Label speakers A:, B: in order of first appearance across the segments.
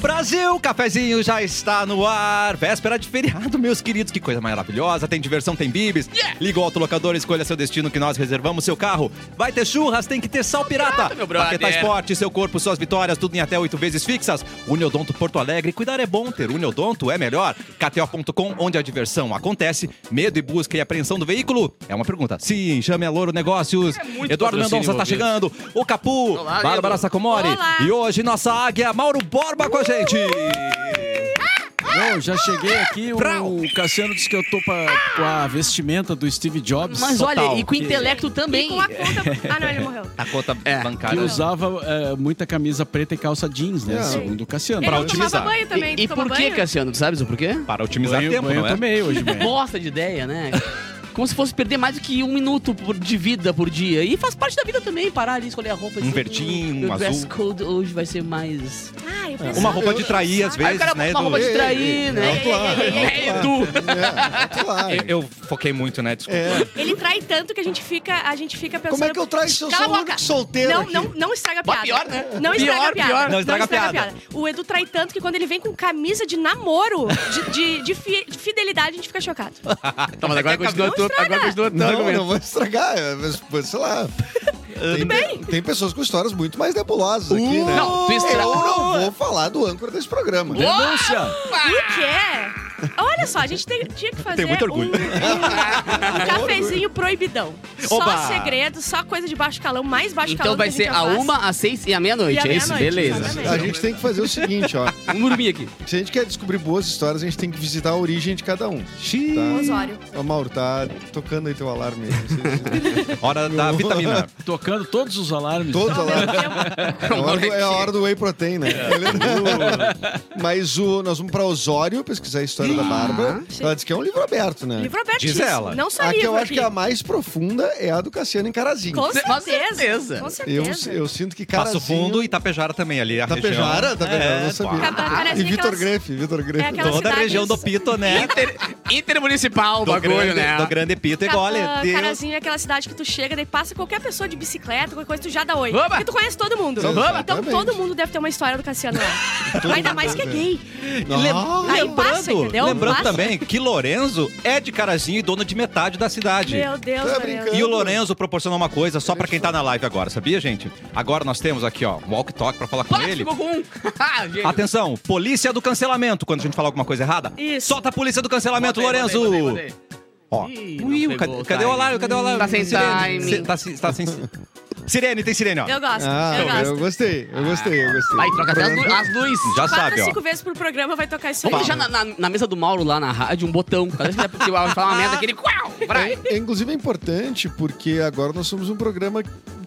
A: Brasil, cafezinho já está no ar. Véspera de feriado, meus queridos. Que coisa maravilhosa. Tem diversão, tem bibis. Liga o autolocador, escolha seu destino que nós reservamos seu carro. Vai ter churras, tem que ter sal pirata.
B: meu brother.
A: Paquetá Esporte, seu corpo, suas vitórias, tudo em até oito vezes fixas. Uniodonto Porto Alegre, cuidar é bom, ter Uniodonto é melhor. KTO.com, onde a diversão acontece. Medo e busca e apreensão do veículo? É uma pergunta. Sim, chame a Louro Negócios.
B: É muito
A: Eduardo
B: patrocínio
A: Mendonça está
B: envolvido.
A: chegando. O Capu,
B: Olá,
A: Bárbara
B: Edu.
A: Sacomori.
C: Olá.
A: E hoje nossa águia, Mauro Borba, com a gente.
D: Bom, já cheguei aqui,
A: Prau.
D: o Cassiano disse que eu tô pra, com a vestimenta do Steve Jobs.
E: Mas
A: Total.
E: olha, e com o intelecto
C: E
E: também.
C: com a conta. Ah, não, ele morreu.
A: A conta
B: É,
D: Que
A: bancária.
D: usava é, muita camisa preta e calça jeans, né?
B: É.
D: Segundo o Cassiano.
C: Ele
A: Pra
C: não
A: otimizar.
C: tomava banho também.
B: E, e
C: toma
B: por que,
C: banho?
B: Cassiano? Tu sabes o porquê?
A: Para otimizar
D: banho,
A: tempo,
D: banho
A: não é?
D: também hoje, mano.
E: Bosta de ideia, né? Como se fosse perder mais do que um minuto por- de vida por dia. E faz parte da vida também, parar ali, escolher a roupa. e
A: Um
E: dizer,
A: verdinho,
E: "Hum,
A: um
E: meu dress
A: azul."
E: code hoje vai ser mais...
C: Ah, eu Ah, pensava-
A: Uma roupa de trair, às
E: Aí o
A: vezes,
E: cara
A: né,
E: bota uma roupa
A: Edu?
E: de trair,
F: Ei,
E: né?
F: Claro,
E: É, Edu.
F: é,
A: Eu,
F: claro.
A: eu foquei muito, né? Desculpa.
F: É.
C: Ele trai tanto que a gente fica, a gente fica pensando...
F: Como é que eu trago se eu
C: Cala
F: sou
C: a
F: o único
C: boca.
F: solteiro
C: Não,
F: aqui?
C: não, não estraga a
E: Bah,
C: piada.
E: pior, né?
C: Não estraga
E: Pior,
C: a piada.
E: pior.
A: Não estraga a piada.
C: O Edu trai tanto que quando ele vem com camisa de namoro, de, de, de fi- de fidelidade, a gente fica chocado.
B: Tá, mas agora continua
C: não
B: tu-
C: estraga.
B: agora continua teu
F: Não,
B: argumento.
F: não vou estragar, é, mas, pô, sei lá. Tem, tem pessoas com histórias muito mais nebulosas aqui, né?
E: Não, tu
F: eu
E: estragou.
F: não vou falar do âncora desse programa.
D: Denúncia!
C: O quê? Olha só, a gente tem- tinha que fazer
A: Tenho muito orgulho.
C: Um, um- um cafezinho proibidão.
A: Oba!
C: Só segredo, só coisa de baixo calão, mais baixo calão
B: Então vai
C: que a gente
B: ser
C: já
B: a
C: faz.
B: uma, às seis e à meia-noite,
C: E à
B: é isso?
C: meia-noite,
B: Beleza.
C: exatamente.
F: A gente tem que fazer o seguinte, ó.
B: Vamos dormir aqui.
F: Se a gente quer descobrir boas histórias, a gente tem que visitar a origem de cada um. Tá?
C: Osório.
F: Ô, Mauro, tá tocando aí teu alarme. aí, não sei se-
A: Hora da vitamina.
D: Tocando todos os alarmes.
F: Todos os
C: Ao
F: alarmes.
C: mesmo tempo.
F: É a hora do, é a hora do Whey Protein, né? Uh. Mas o, nós vamos pra Osório pesquisar a história da Bárbara.
C: Sim.
F: Ela disse que é um livro aberto, né?
C: Livro abertíssimo.
A: Diz ela.
C: Não só
F: a que
C: livro
F: eu acho
C: aqui.
F: que é a mais profunda é a do Cassiano em Carazinho.
C: Com
B: Com
C: certeza.
B: certeza.
C: Com
F: eu,
C: certeza.
F: eu sinto que
A: Passo
F: Carazinho... Tá
A: Fundo e Tapejara também ali. A
F: Tapejara?
A: região. É,
F: Tapejara, eu não sabia.
A: claro.
C: Cada- parece
F: E Vitor
C: aquelas-
F: Greff, Vitor Greff.
C: É aquela-
A: Toda a
C: cidades-
A: região do Pito, né?
B: Inter, intermunicipal o
A: Do
B: bagulho,
A: grande,
B: né?
A: do grande Pito e
C: Capa-
A: gole. Deus.
C: Carazinho é aquela cidade que tu chega, daí passa qualquer pessoa de bicicleta, qualquer coisa, tu já dá oi.
B: Oba!
C: Porque tu conhece todo mundo.
F: Oba!
C: Então
F: Exatamente.
C: todo mundo deve ter uma história do Cassiano lá. Ainda mais que é gay.
A: Lem-
F: Nossa.
C: Aí
A: lembrando,
C: passa, entendeu?
A: lembrando
C: Passa.
A: também que Lorenzo é de Carazinho e dono de metade da cidade.
C: Meu Deus,
F: Tá
C: Mariana.
F: brincando?
A: E o Lorenzo proporcionou uma coisa só pra quem tá na live agora, sabia, gente? Agora nós temos aqui, ó, um walk talk pra falar com
B: Quatro,
A: ele.
B: ficou com um. Ah, gente.
A: Atenção, polícia do cancelamento. Quando a gente falar alguma coisa errada,
C: Isso.
A: solta a polícia do cancelamento,
B: Botei,
A: Lorenzo.
B: botei, botei, botei.
A: Ó.
B: Ih, não
A: Ui,
B: pegou
A: cadê,
B: o
A: cadê o
B: timing.
A: alarme? Cadê o alarme?
B: Tá sem
A: Sirene.
B: timing.
A: Se- Tá, se- tá sem. Sirene, tem sirene, ó.
C: Eu gosto,
F: Ah,
C: eu gosto.
F: eu gostei, eu gostei, eu gostei.
B: Vai, troca até as, lu- as luzes.
A: Já
C: Quatro,
A: sabe, ó.
C: cinco vezes pro programa vai tocar isso aí.
B: Vamos deixar na, na- na mesa do Mauro lá na rádio um botão. Cada vez que ele vai falar
C: Ah.
B: uma merda, aquele. Quau, vai.
F: É, inclusive é importante porque agora nós somos um programa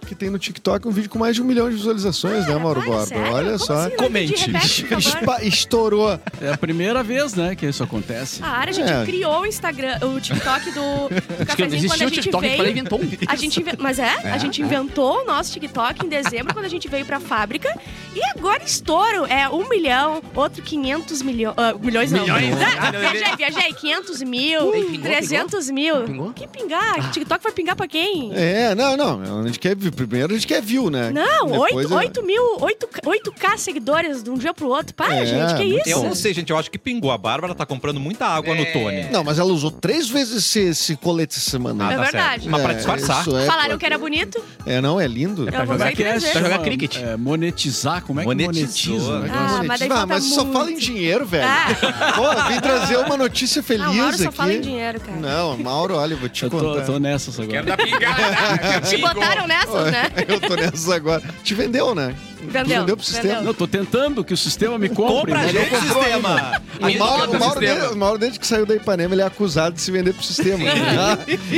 F: que tem no TikTok um vídeo com mais de um milhão de visualizações, né, Mauro
C: Para,
F: Borba?
C: sério?
F: Olha
C: Como
F: só.
C: assim? Repete,
A: Comente.
C: repete, por favor.
F: Espa- estourou.
D: É a primeira vez, né, que isso acontece.
C: A área, a gente
F: É.
C: criou o Instagram, o TikTok do, do
B: Acho que
C: cafezinho quando
B: Existia
C: a
B: o
C: gente
B: TikTok,
C: veio.
B: ele falou, inventou um
C: A gente inve- Mas é, a gente inventou o nosso TikTok em dezembro, quando a gente veio pra fábrica. E agora estouro. É um milhão, outro 500 milhões. milhões não.
B: Milhões.
C: Ah, viajei, viajei. 500 mil,
B: Pingou, pingou?
C: 300 mil.
B: Pingou?
C: Que pingar? TikTok vai pingar pra quem?
F: É, não, não. A gente quer, view. primeiro a gente quer view, né?
C: Não,
F: Depois
C: 8,
F: é-
C: 8 mil, 8, 8k seguidores de um dia pro outro. Para,
F: É,
C: gente, que
F: muito
C: isso?
A: Eu não sei, gente. Eu acho que pingou. A Bárbara tá comprando muita água no Tony.
F: Não, mas ela usou três vezes esse, esse colete
A: Ah,
C: É
F: semanal.
A: tá
C: verdade.
A: Certo. Mas pra disfarçar.
F: isso é-
C: Falaram que era bonito?
F: É, não, é lindo.
C: Eu vou
D: Como
C: usar
D: é que é?
C: três vezes.
B: Pra jogar
D: Chama,
B: cricket.
D: é, monetizar, como é que
A: Monetizou,
D: monetiza?
A: né?
D: né?
C: Ah, mas daí falta
F: mas só
C: muito.
F: fala em dinheiro, velho.
C: Ah.
F: Pô, vim trazer uma notícia feliz
C: Não, Ah, Mauro
F: aqui.
C: só fala em dinheiro, cara.
F: Não, Mauro, olha, eu vou te
D: Eu tô,
F: contar.
D: tô nessas agora.
B: Quero dar pingada.
C: Te botaram nessas, né?
F: Eu tô nessas agora. Te vendeu, né? Tu
C: Vendeu.
F: vendeu pro sistema.
C: vendeu.
D: Não, tô tentando que o sistema me compre. né?
A: Compra a
D: mas não
A: gente, sistema.
F: O Mauro,
B: Idiota
F: o Mauro,
B: é sistema.
F: desde, o Mauro, desde que saiu da Ipanema, ele é acusado de se vender pro sistema.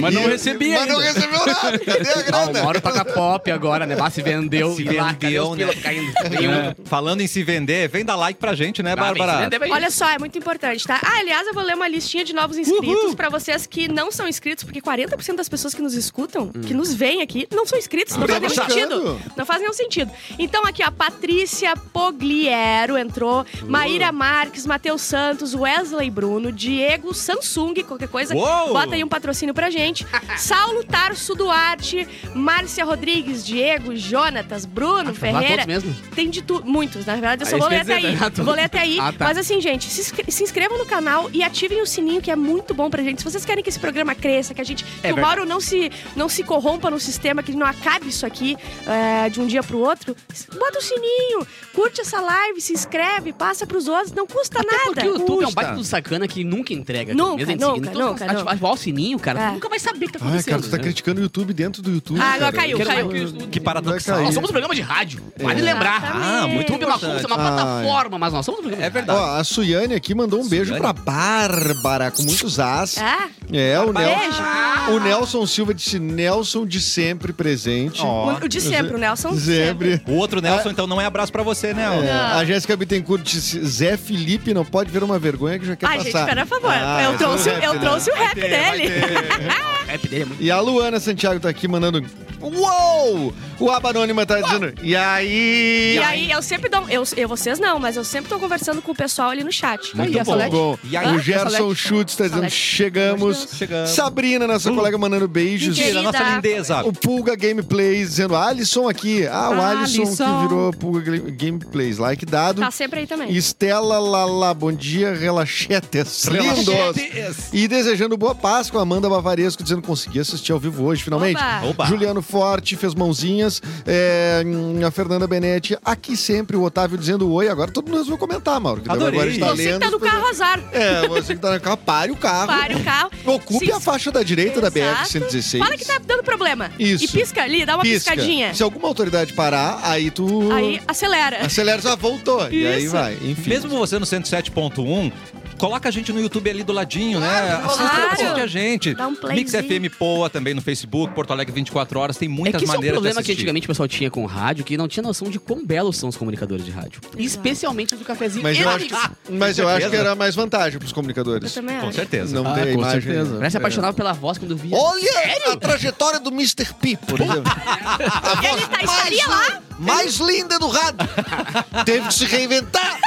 D: Mas não
F: E-
D: recebi
F: Mas não
D: ainda.
F: recebeu nada. Cadê a
B: Ah, o
F: grana?
B: Mauro toca pop agora, né? Bah, se vendeu.
A: Se
B: e lá, cadê
A: vendeu,
B: os
A: né?
B: pila caindo? um.
C: É,
B: Nenhum.
A: um, Falando em se vender, vem dar like pra gente, né,
B: Ah, bem, se
A: Bárbara?
B: vendeu, vai.
C: Olha só, é muito importante, tá? Ah, aliás, eu vou ler uma listinha de novos inscritos pra vocês que não são inscritos, porque 40% das pessoas que nos escutam, que nos veem aqui, não são inscritos. Não
F: Tá
C: faz nenhum
F: baixando.
C: sentido. Não faz nenhum sentido. Então, aqui, ó. Patrícia Pogliero entrou. Maíra Marques, Matheus Santos, Wesley Bruno, Diego Samsung, qualquer coisa.
A: Uou!
C: Bota aí um patrocínio pra gente. Saulo Tarso Duarte, Márcia Rodrigues, Diego, Jonatas, Bruno
E: Lá
C: Ferreira.
E: todos mesmo?
C: Tem de tudo, muitos, na verdade, eu só
E: Ah,
C: vou ler
E: isso
C: até
E: quer
C: aí.
E: dizer, tá?
C: Vou ler até aí.
E: Ah, tá.
C: Mas assim, gente, se, inscre- se inscrevam no canal e ativem o sininho, que é muito bom pra gente. Se vocês querem que esse programa cresça, que a
E: É
C: gente. que o
A: verdade.
C: Mauro não se, não se corrompa no sistema, que não acabe isso aqui é, de um dia pro outro, bota o sininho, curte essa live, se inscreve, passa pros outros, não custa nada.
E: Porque o YouTube é um
F: Custa.
E: baita do sacana que nunca entrega.
C: Nunca,
E: Mesmo a gente
C: nunca,
E: seguindo todas
C: nunca,
E: as-
C: nunca.
E: Ativar o sininho, cara.
C: É.
E: Tu nunca vai saber o que tá
F: Ah,
E: acontecendo.
F: cara, tu tá
E: né?
F: criticando o YouTube dentro do YouTube.
C: Ah, agora
F: cara.
C: caiu,
E: Quero mais
C: caiu.
E: que isso tudo.
A: Que paradoxal.
F: Vai
E: Nós
F: cair.
E: somos um programa de rádio. Vale
C: É.
E: lembrar.
C: Exatamente.
A: Ah, muito
E: YouTube é uma, coisa, uma
A: importante.
E: plataforma, mas nós somos um programa
A: É
E: de rádio.
A: verdade.
F: Ó, a Suiane aqui mandou um beijo
A: Suiane?
F: pra Bárbara, com muitos as.
C: Ah,
F: É, o, Nel...
C: beijo. Ah.
F: o Nelson Silva disse Nelson de sempre presente.
A: Ó.
C: o, o de sempre, Ah. o Nelson.
F: sempre.
A: O outro Nelson, então, não é abraço pra você, né?
F: É,
A: Nelson?
F: A Jéssica Bittencourt disse: Zé Felipe não pode ver uma vergonha que já quer
C: Ah,
F: passar.
C: gente, pera, por favor.
F: Ah,
C: eu
F: esse
C: trouxe,
F: é o rap,
C: eu
F: né?
C: trouxe o rap dele.
E: O rap dele é muito.
F: E a Luana Santiago tá aqui mandando. Uou! O Aba Anônima tá dizendo. E aí?
C: E aí, eu sempre dou. Eu, eu, vocês não, mas eu sempre tô conversando com o pessoal ali no chat.
A: Muito
E: Aí, essa
A: bom.
E: LED?
F: Bom,
A: E aí,
F: o Gerson
E: Salete?
F: Schutz tá dizendo:
C: Salete.
F: chegamos.
A: Chegamos.
F: Sabrina, nossa colega, mandando beijos.
C: Querida.
A: Mentira, nossa lindeza.
F: O Pulga Gameplays dizendo: Alisson aqui. Ah, o Alisson, que
E: Alisson.
F: virou Pulga Gla- Gameplays. Like dado.
C: Tá sempre aí também.
F: Estela Lala, bom dia, relaxetes. Lindos.
A: Lindos.
F: E desejando boa Páscoa, Amanda Bavaresco dizendo consegui assistir ao vivo hoje, finalmente.
C: Oba.
A: Oba.
F: Juliano Forte fez mãozinhas. É, hum, a Fernanda Benetti aqui sempre. O Otávio dizendo oi. Agora todo mundo vai comentar, Mauro. que daí
A: Adorei.
F: Agora a gente tá
C: Você que
F: lendo.
C: tá no carro, azar.
F: É, você que tá no carro, pare o carro.
C: Pare o carro.
F: Ocupe
C: Se-
F: a faixa da direita da
C: Exato.
F: BR-116.
C: Fala que tá dando problema.
F: Isso.
C: E pisca ali, dá uma
F: Pisca. é um
C: piscadinha.
F: Se alguma autoridade parar, aí tu
C: Aí acelera.
F: acelera, já voltou. E aí
C: Isso.
F: vai, enfim.
A: Mesmo assim, você no 107.1, coloca a gente no YouTube ali do ladinho, né?
F: Claro.
A: Assista,
C: Claro.
A: assiste a gente.
C: Dá um
A: Mix
C: playzinho.
A: FM Poa também no Facebook, Porto Alegre 24 horas, tem
E: É
A: muitas
E: que isso é um
A: maneiras
E: problema
A: de
E: que
A: assistir.
E: antigamente o pessoal tinha com o rádio, que não tinha noção de quão belos são os comunicadores de rádio. E Especialmente os do cafezinho.
F: Mas eu,
E: Ah,
F: acho que,
E: ah,
F: mas eu acho
A: certeza.
F: que era mais vantagem pros comunicadores.
C: Eu também
A: Com
C: acho.
A: certeza.
F: Não
D: Ah,
F: tem a
D: com
F: imagem.
D: certeza.
E: Parece apaixonado pela voz quando via.
F: Olha a trajetória do Mr. P, por exemplo. A voz
C: tá- estaria lá?
F: mais linda do rádio. Teve que se reinventar.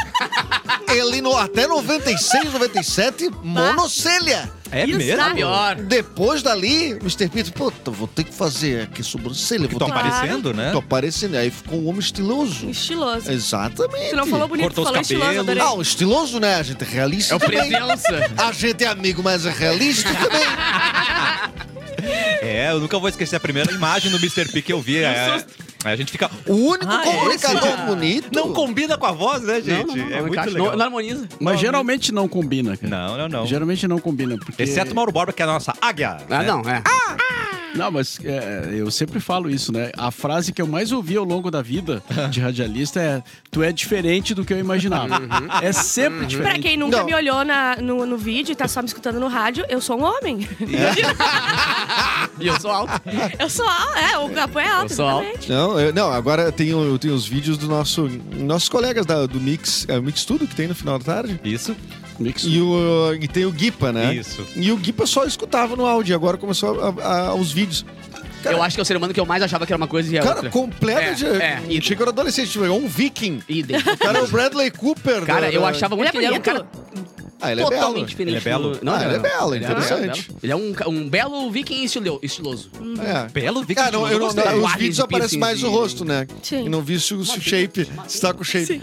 F: Ele no, até 96, 97,
C: Tá.
F: monocelha.
A: É
C: Isso,
A: mesmo?
C: sabe?
E: Pior.
F: Depois dali, Mr. P, puta, vou ter que fazer aqui sobrancelha.
A: Que
F: Vou
A: estão
F: ter
C: Claro.
A: aparecendo, né?
F: Tô aparecendo. Aí ficou um homem estiloso.
C: Estiloso.
F: Exatamente.
C: Tu não falou bonito,
A: Cortou
C: tu
A: os
C: falou estiloso,
A: cabelos.
C: adorei.
F: Não, estiloso, né? A gente é realista
E: É o
F: também.
E: presença.
F: A gente é amigo, mas é realista também.
A: É, eu nunca vou esquecer a primeira imagem do Mr. P que eu vi. É, é, a gente fica.
F: O único
A: Ah,
F: comunicador
A: esse?
F: bonito.
A: Não combina com a voz, né, gente? é muito
E: encaixa,
A: legal.
E: Não, não harmoniza.
D: Mas geralmente não combina, cara.
A: Não, não, não.
D: Geralmente não combina, porque...
A: Exceto o Mauro Borba, que é a nossa águia.
E: Ah,
A: né?
E: não, é.
D: Não, mas é, eu sempre falo isso, né? A frase que eu mais ouvi ao longo da vida de radialista é tu é diferente do que eu imaginava.
F: Uhum.
D: É sempre diferente.
C: Pra quem nunca
F: Não.
C: me olhou na- no, no vídeo e tá só me escutando no rádio, eu sou um homem.
E: É. E eu sou alto.
C: Eu sou alto, é, o capô é alto,
E: Eu sou alto.
C: exatamente.
F: Não, eu- não, agora eu tenho, eu tenho os vídeos do nosso, nossos colegas da- do Mix, é o Mix Tudo que tem no final da tarde.
A: Isso,
D: Mix-
F: E, o, e tem o Guipa, né?
A: isso.
F: E o Guipa só escutava no áudio, agora começou a, a- a- os vídeos. Cara-
E: eu acho que é o ser humano que eu mais achava que era uma coisa e é
F: Cara,
E: outra.
F: completo
E: É,
F: de.
E: é,
F: É, Achei que era adolescente, tipo, é um viking.
E: Idem.
F: O cara é o Bradley Cooper.
E: Cara,
F: da-
E: eu
F: da-
E: achava
C: Ele
E: muito
C: é
E: que ele era um
C: bonito.
E: cara
F: Ah, ele é
E: totalmente
F: belo.
E: diferente.
A: Ele é belo?
E: do- Não,
F: Ah, ele é belo,
E: Ele
F: interessante.
E: belo. Ele é um, ca- um belo viking estilo- estiloso.
F: É.
A: Belo Vic.
F: Ah, não, eu não,
E: gostei.
F: os
E: Tatuagens
F: vídeos
E: e
F: aparecem
E: piercings
F: mais o
E: e-
F: rosto, né?
C: Sim.
F: E não vi se o se o shape, se tá com shape.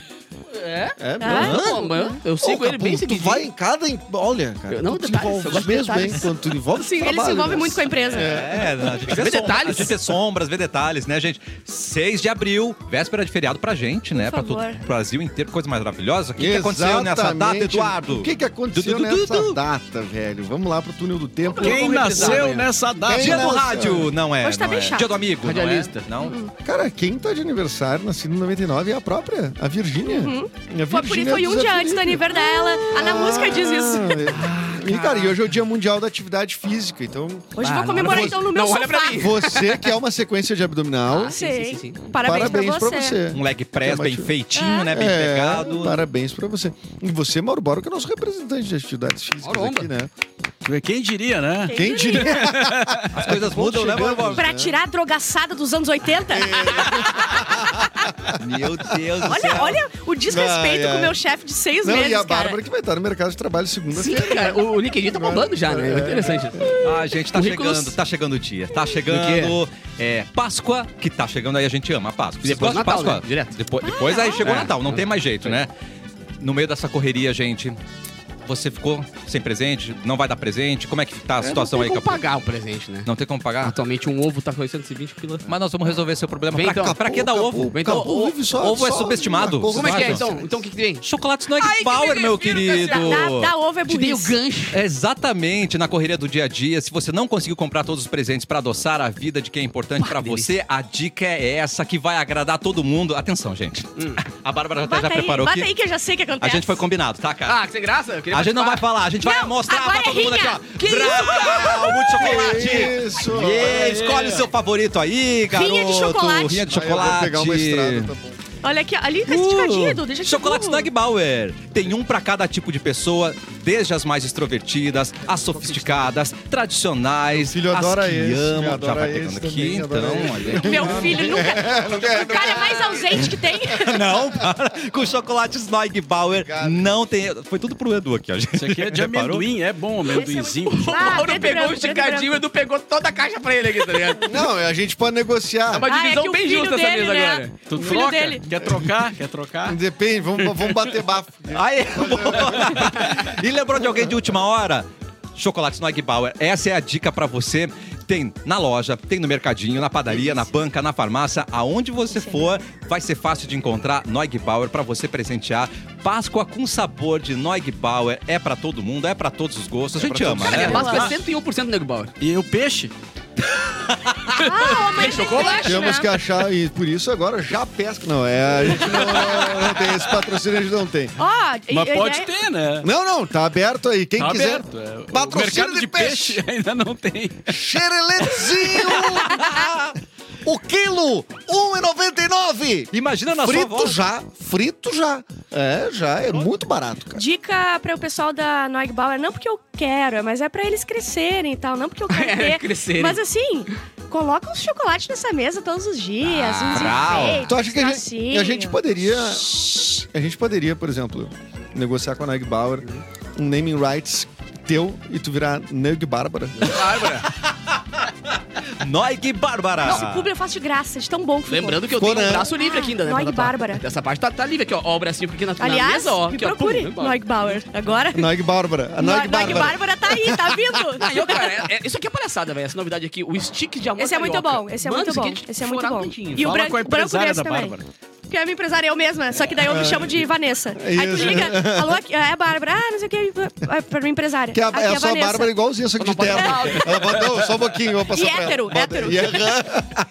E: É?
F: É, meu.
C: Ah,
E: Não, mas eu- eu sigo
F: Ô,
E: ele bem
F: Capu, Tu
E: seguidinho.
F: vai em cada. em- Olha, cara.
E: Eu- não,
F: tu te
E: detalhes, eu
F: envolves
E: gosto de
F: mesmo, hein?
E: detalhes.
F: Quando tu envolve
C: Sim, ele se
F: trabalho,
C: envolve
F: né?
C: muito com a empresa.
A: É, não, a gente
E: Vê
A: vê
E: detalhes.
A: detalhes. A gente vê sombras, vê detalhes, né, gente? 6 de abril, véspera de feriado pra gente, né? Pra todo
C: favor.
A: o Brasil inteiro, coisa mais maravilhosa. O que, que aconteceu nessa data,
F: Exatamente.
A: Eduardo?
F: O que, que aconteceu
A: Du, du, du, du,
F: nessa
A: du.
F: data, velho? Vamos lá pro túnel do tempo.
D: Quem
F: né?
D: nasceu nessa data?
A: Dia do
F: Nossa.
A: rádio, não é?
C: Hoje tá
A: não
C: bem
A: é.
C: chato.
A: Dia do amigo,
E: Radialista.
A: Não, é? não?
F: Cara, quem tá de aniversário, nascido em 99, é a própria, a Virgínia.
C: Foi
F: A
C: Uhum. por isso
F: Virgínia
C: foi um
F: dos
C: dia antes do
F: Avenida.
C: aniversário dela. A na música diz isso.
F: Ah, E, cara, e hoje é o Dia Mundial da Atividade Física, então...
C: Hoje
E: Ah,
C: eu vou
E: não,
C: comemorar
E: não,
C: então no meu
E: não, olha pra
C: sofá.
E: mim.
F: Você que é uma sequência de abdominal,
E: Ah, sim,
C: Sei.
E: sim, sim, sim.
C: Parabéns,
F: parabéns
C: pra você.
A: Um leg press
F: Que
A: bem
F: machu-
A: feitinho, né? Bem
F: É,
A: pegado.
F: Parabéns pra você. E você, Mauro Boro, que é nosso representante de atividades físicas
E: Maromba.
F: aqui, né?
D: Quem diria, né?
F: Quem diria?
A: As coisas mudam, né,
F: chegamos.
A: Barbosa?
C: Pra tirar a drogaçada dos anos 80?
A: Meu Deus do
C: Olha,
A: céu.
C: olha o desrespeito
F: Ai, ai.
C: com o meu chefe de seis
F: Não,
C: meses,
F: e a
C: cara.
F: Bárbara que vai estar no mercado de trabalho
E: Sim,
F: segunda-feira.
E: cara, o, o LinkedIn tá bombando já, né? É interessante.
A: Ah, gente, tá
E: Currículos.
A: chegando, tá chegando o dia. Tá chegando. É, Páscoa, que tá chegando aí, a gente ama a Páscoa.
E: E depois
A: Gosta de
E: Natal,
A: Páscoa.
E: né? Direto.
A: Depois, depois aí chegou o
E: É.
A: Natal, não tem mais jeito, né? No meio dessa correria, gente, você ficou sem presente, não vai dar presente. Como é que tá a situação
E: não
A: aí,
E: tem como
A: Capu?
E: pagar o presente, né?
A: Não tem como pagar?
E: Atualmente um ovo tá com 820 pila.
A: Mas nós vamos resolver seu problema.
E: Vem
A: pra,
E: então.
A: pra que dar
F: Acabou,
A: ovo?
E: acabou.
A: O- o-
F: Vive só-
A: ovo é
F: só
A: subestimado.
F: uma coisa.
E: Como é que é,
A: Vocês
E: então? Então o que que tem?
A: acham? Chocolate Snug é Power, meu querido.
C: Da, da ovo é
E: Te dei o
C: burrice.
E: gancho.
A: Exatamente, na correria do dia a dia, se você não conseguiu comprar todos os presentes pra adoçar a vida de quem é importante pra você, a dica é essa que vai agradar todo mundo. Atenção, gente.
F: Hum.
A: A Bárbara até já
C: Bata aí,
A: preparou
C: bata
A: aqui.
C: aí que eu já sei o que
A: A
C: acontece.
A: gente foi combinado, tá, cara?
E: Ah, que sem graça? Eu queria
A: a gente não vai
E: participar.
A: falar, a gente vai
C: Não,
A: mostrar
C: agora
A: pra
C: é
A: todo mundo aqui,
C: rinha.
A: ó.
C: Que isso?
A: Brau, muito chocolate.
F: É Isso!
A: Yeah, escolhe o seu favorito aí, garoto.
C: Rinha de chocolate.
A: Rinha de
F: Aí eu vou
A: chocolate.
F: pegar uma estrada, tá bom.
C: Olha aqui, ó, ali
E: Uh!
C: com esse esticadinho, Edu, deixa eu te-
A: Chocolate
C: Uh.
A: Snug Bauer. Tem um pra cada tipo de pessoa, desde as mais extrovertidas, as sofisticadas, tradicionais,
F: Meu filho adora
A: as que
F: esse,
A: amam.
F: meu
A: Já
F: adora
A: vai
F: esse
A: pegando aqui,
F: também, adora
A: então. olha aqui.
C: Meu filho
F: É,
C: nunca. O cara mais ausente que tem.
A: Não, para. Com chocolate Snug Bauer não tem... Foi tudo pro Edu aqui, ó. gente.
D: Isso aqui é de
A: Reparou?
D: amendoim, é bom amendoinzinho.
C: Esse é muito bom.
E: O Mauro
C: Ah, preto e
E: pegou o
C: branco, preto e
E: esticadinho e o Edu pegou toda a caixa pra ele aqui, tá ligado?
F: Não, a gente pode negociar.
E: É uma
C: Ah, é
E: divisão
C: que o
E: bem
C: filho
E: justa essa
C: dele,
E: mesa
C: né?
E: agora.
D: Tu
C: O filho
D: troca?
C: dele.
D: Quer trocar? Quer trocar?
F: Depende, vamos, vamos bater bafo.
A: Aí, boa. E lembrou de alguém de última hora? Chocolate Snug Bauer. Essa é a dica pra você. Tem na loja, tem no mercadinho, na padaria, na banca, na farmácia, aonde você for, vai ser fácil de encontrar Noig Bauer pra você presentear. Páscoa com sabor de Noig Bauer é pra todo mundo, é pra todos os gostos. A gente ama,
E: Cara,
A: né?
E: a Páscoa
C: Boa.
E: é 101% nego Bauer.
D: E o peixe?
C: Ah, a mãe tem chocolate,
F: Temos
C: né?
F: que achar, e por isso agora já pesca. Não, é, a gente não, não tem esse patrocínio, a gente não tem.
C: Ó, e- é-
D: Mas
C: e-
D: pode
C: e-
D: ter, né?
F: Não, não, tá aberto aí. Quem
D: tá
F: quiser,
D: aberto. é. O
F: patrocínio
D: mercado
F: de,
D: de
F: peixe.
D: peixe ainda não tem.
F: Xereletezinho! o quilo, 1,99!
A: Imagina na sua
F: Frito
A: volta.
F: já, frito já. É, já, é muito barato, cara.
C: Dica para o pessoal da Noig Bauer, não porque eu quero, é, mas é pra eles crescerem e tal, não porque eu quero ter.
E: É, crescerem.
C: Mas assim, coloca uns chocolates nessa mesa todos os dias,
E: Ah,
C: uns
A: brau.
C: enfeites,
F: Tu acha que a
C: uns
F: gente, a gente
C: tracinhos.
F: poderia. A gente poderia, por exemplo, negociar com a Neg Bauer um naming rights teu e tu virar Neg Bárbara.
E: Bárbara.
A: Noig Bárbara.
C: Não, esse público eu faço de graça, de tão bom que ficou.
E: Lembrando que eu
F: Ficou,
E: tenho um
F: né?
E: braço livre aqui ainda, né?
C: Ah,
E: pra
C: Noig
E: tatuar.
C: Bárbara.
E: Essa parte tá, tá livre aqui, ó. Ó, o bracinho aqui na, na
C: Aliás,
E: mesa, ó.
C: me
E: aqui, ó, né, pum,
C: procure,
E: Noig Bauer.
C: Noig Bauer. Agora,
F: Neg Bárbara. A Neg
C: Noig
F: Bárbara.
C: Bárbara tá aí, tá
E: Ah, eu,
C: vindo.
E: cara, é- é- isso aqui é palhaçada, velho. Essa novidade aqui, o stick de amor
C: Esse é muito
E: carioca.
C: bom, esse é
E: Mano,
C: muito
E: isso aqui tipo
C: bom, esse é muito
E: furar
C: bom.
E: tudinho.
C: E o
D: Fala
C: branco,
D: com a
C: o branco
D: empresária
C: desse
D: da
C: também.
D: Bárbara.
C: Porque a minha empresária é eu mesma, só que daí eu me chamo de Vanessa. Aí tu
F: Isso.
C: liga, alô, aqui- é a Bárbara, ah, não sei o que, é pra minha empresária.
F: Que a,
C: Aqui
F: é só a
C: Vanessa.
F: Bárbara igualzinha, só que de
E: Não pode
F: terno.
E: falar.
F: Ela mandou só um pouquinho, vou passar
C: E
F: pra
C: hétero,
F: ela. Bota-
C: hétero.
F: E é aham.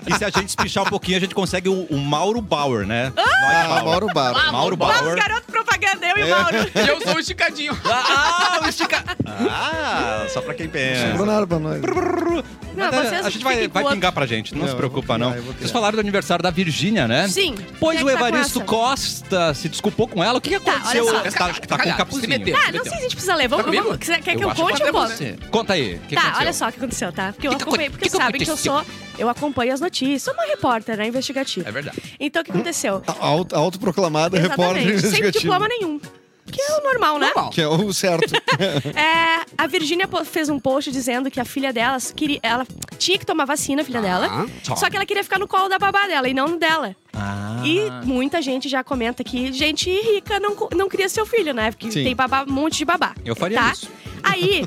A: E se a gente espichar um pouquinho, a gente consegue o, o Mauro Bauer, né? Noig
F: Ah, Mauro É. Bárbara.
A: Mauro
C: Vamos,
A: Bauer.
C: garoto propaganda, eu e o Mauro.
E: E eu sou o esticadinho.
A: Ah, o estica... Ah, só pra quem pensa.
F: Sobrou nada pra nós.
C: Não,
A: Mas,
C: vocês
A: a gente vai,
C: fiquem com
A: vai
C: outro.
A: pingar pra gente, não
F: Não,
A: se
F: eu
A: preocupa
F: vou pingar,
A: não.
F: eu vou pingar.
A: Vocês falaram do aniversário da Virgínia, né?
C: Sim.
A: Pois
C: Quem
A: o
C: é que tá com
A: Evaristo
C: essa?
A: Costa se desculpou com ela. O que, que
C: Tá,
A: aconteceu?
C: olha só.
A: Essa- acho que tá com um
E: Cagado,
A: capuzinho.
E: se meteu.
C: Ah, não sei se a gente precisa ler. Vamos,
E: Tá comigo?
C: vamos- Quer, quer que
A: Eu
C: eu
A: acho que
C: conte ou
E: tá com
C: conto?
E: você.
A: Conta aí, o que
C: Tá,
A: aconteceu?
C: olha só o que aconteceu, tá? Porque eu
A: Que que
C: acompanhei,
A: aconte-
C: porque
A: que que
C: sabem que eu
A: aconteceu?
C: sou. Eu acompanho as notícias. Sou uma repórter, né? Investigativa.
E: É verdade.
C: Então o que aconteceu?
F: Auto- Autoproclamada repórter
C: Exatamente. Sem
F: investigativo.
C: diploma nenhum. Que é o normal, né?
E: Normal.
F: Que é o certo.
C: É, a Virgínia po- fez um post dizendo que a filha dela queria, ela tinha que tomar vacina, a filha dela.
A: Tá.
C: Só que ela queria ficar no colo da babá dela e não no dela.
A: Ah.
C: E muita gente já comenta que gente rica não, co- não cria seu filho, né? Porque
F: Sim.
C: tem babá, um monte de babá.
A: Eu faria
C: tá?
A: isso.
C: Aí,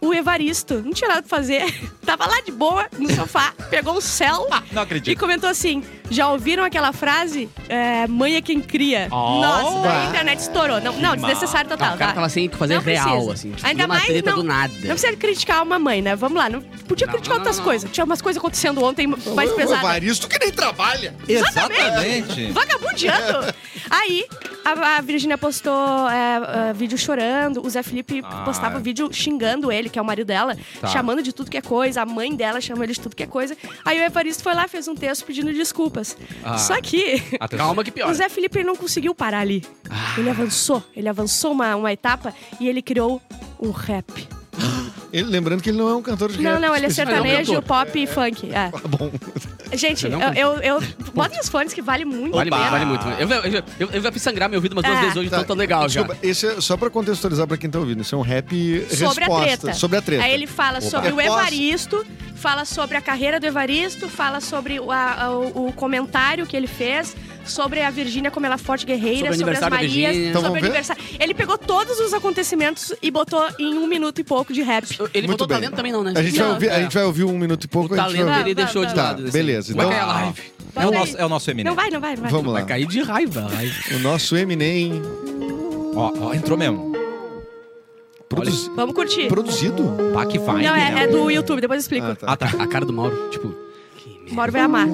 C: o Evaristo, não tinha nada pra fazer, tava lá de boa no sofá, pegou o céu
E: Ah,
A: Não
C: e
A: acredito.
C: comentou assim: já ouviram aquela frase? É, mãe é quem cria.
A: Oh.
C: Nossa, daí a internet estourou. Não, não desnecessário total.
E: Ah, o cara
C: tá?
E: tava sem fazer
C: Não precisa.
E: real, assim. Tipo,
C: Ainda
E: numa
C: mais
E: treta
C: não-
E: do nada.
C: Não precisa criticar uma mãe, né? Vamos lá. Não, podia
E: Não,
C: criticar
E: não,
C: outras
E: não, não.
C: coisas. Tinha umas coisas acontecendo ontem mais
F: O
C: pesadas.
F: Evaristo que nem tá- trabalha.
A: Exatamente.
C: Vagabundeando! Aí, a, a Virgínia postou é, é, vídeo chorando, o Zé Felipe
A: Ah,
C: postava
A: é.
C: vídeo xingando ele, que é o marido dela,
A: Tá.
C: chamando de tudo que é coisa, a mãe dela chamou ele de tudo que é coisa. Aí o Evaristo foi lá, fez um texto pedindo desculpas.
A: Ah.
C: Só que.
A: Atenção.
E: Calma que pior.
C: O Zé Felipe ele não conseguiu parar ali. Ele avançou, ele avançou uma, uma etapa e ele criou um rap.
F: Ele, lembrando que ele não é um cantor de
C: Não,
F: rap.
C: não, ele é
E: Ele é
C: sertanejo,
E: um
C: pop e funk. é.
F: Tá bom.
C: Gente, eu, eu, eu botem os fones que vale muito.
E: Vale
F: Opa!
E: muito, vale muito. Eu, eu, eu, eu já fiz sangrar meu ouvido umas duas
C: É.
E: vezes hoje, então
F: Tá,
E: tá legal já.
F: Desculpa, esse é só pra contextualizar pra quem tá ouvindo. Isso é um rap
C: Sobre a
F: resposta.
C: treta.
F: Sobre a treta.
C: Aí ele fala
F: Opa.
C: sobre o
F: Resposta.
C: Evaristo, fala sobre a carreira do Evaristo, fala sobre o, a- a- o- o comentário que ele fez, sobre a Virgínia como ela é forte guerreira,
E: Sobre o
C: sobre, as
E: aniversário da
C: Marias,
E: Virgínia.
F: Então
C: sobre o
F: vamos ver?
C: aniversário. Ele pegou todos os acontecimentos e botou em um minuto e pouco de rap.
E: Ele
F: Muito
E: botou
F: bem.
E: talento também não, né?
F: A gente, vai
C: Não,
F: ouvir, a
E: é.
F: gente vai ouvir um minuto e pouco.
E: O
F: a gente
E: talento
F: vai
E: ele
C: Vai,
E: deixou
C: vai,
E: de
C: vai.
E: lado.
F: Tá,
E: assim.
F: beleza.
E: Vai
F: Então-
E: cair a live.
A: É o
C: Bota
A: nosso,
C: aí.
A: é o nosso Eminem.
C: Não vai, não vai, não vai.
F: Vamos lá.
E: Vai cair de raiva. vai.
F: O nosso Eminem
A: Ó, ó, entrou mesmo.
F: produzi-
C: Vamos curtir.
F: produzido.
A: Pá que vai,
C: Não,
A: né?
C: é, é do YouTube, depois eu explico.
F: Ah,
C: Moro
F: tá.
A: Ah, tá.
E: A cara do Mauro, tipo...
C: vai amar.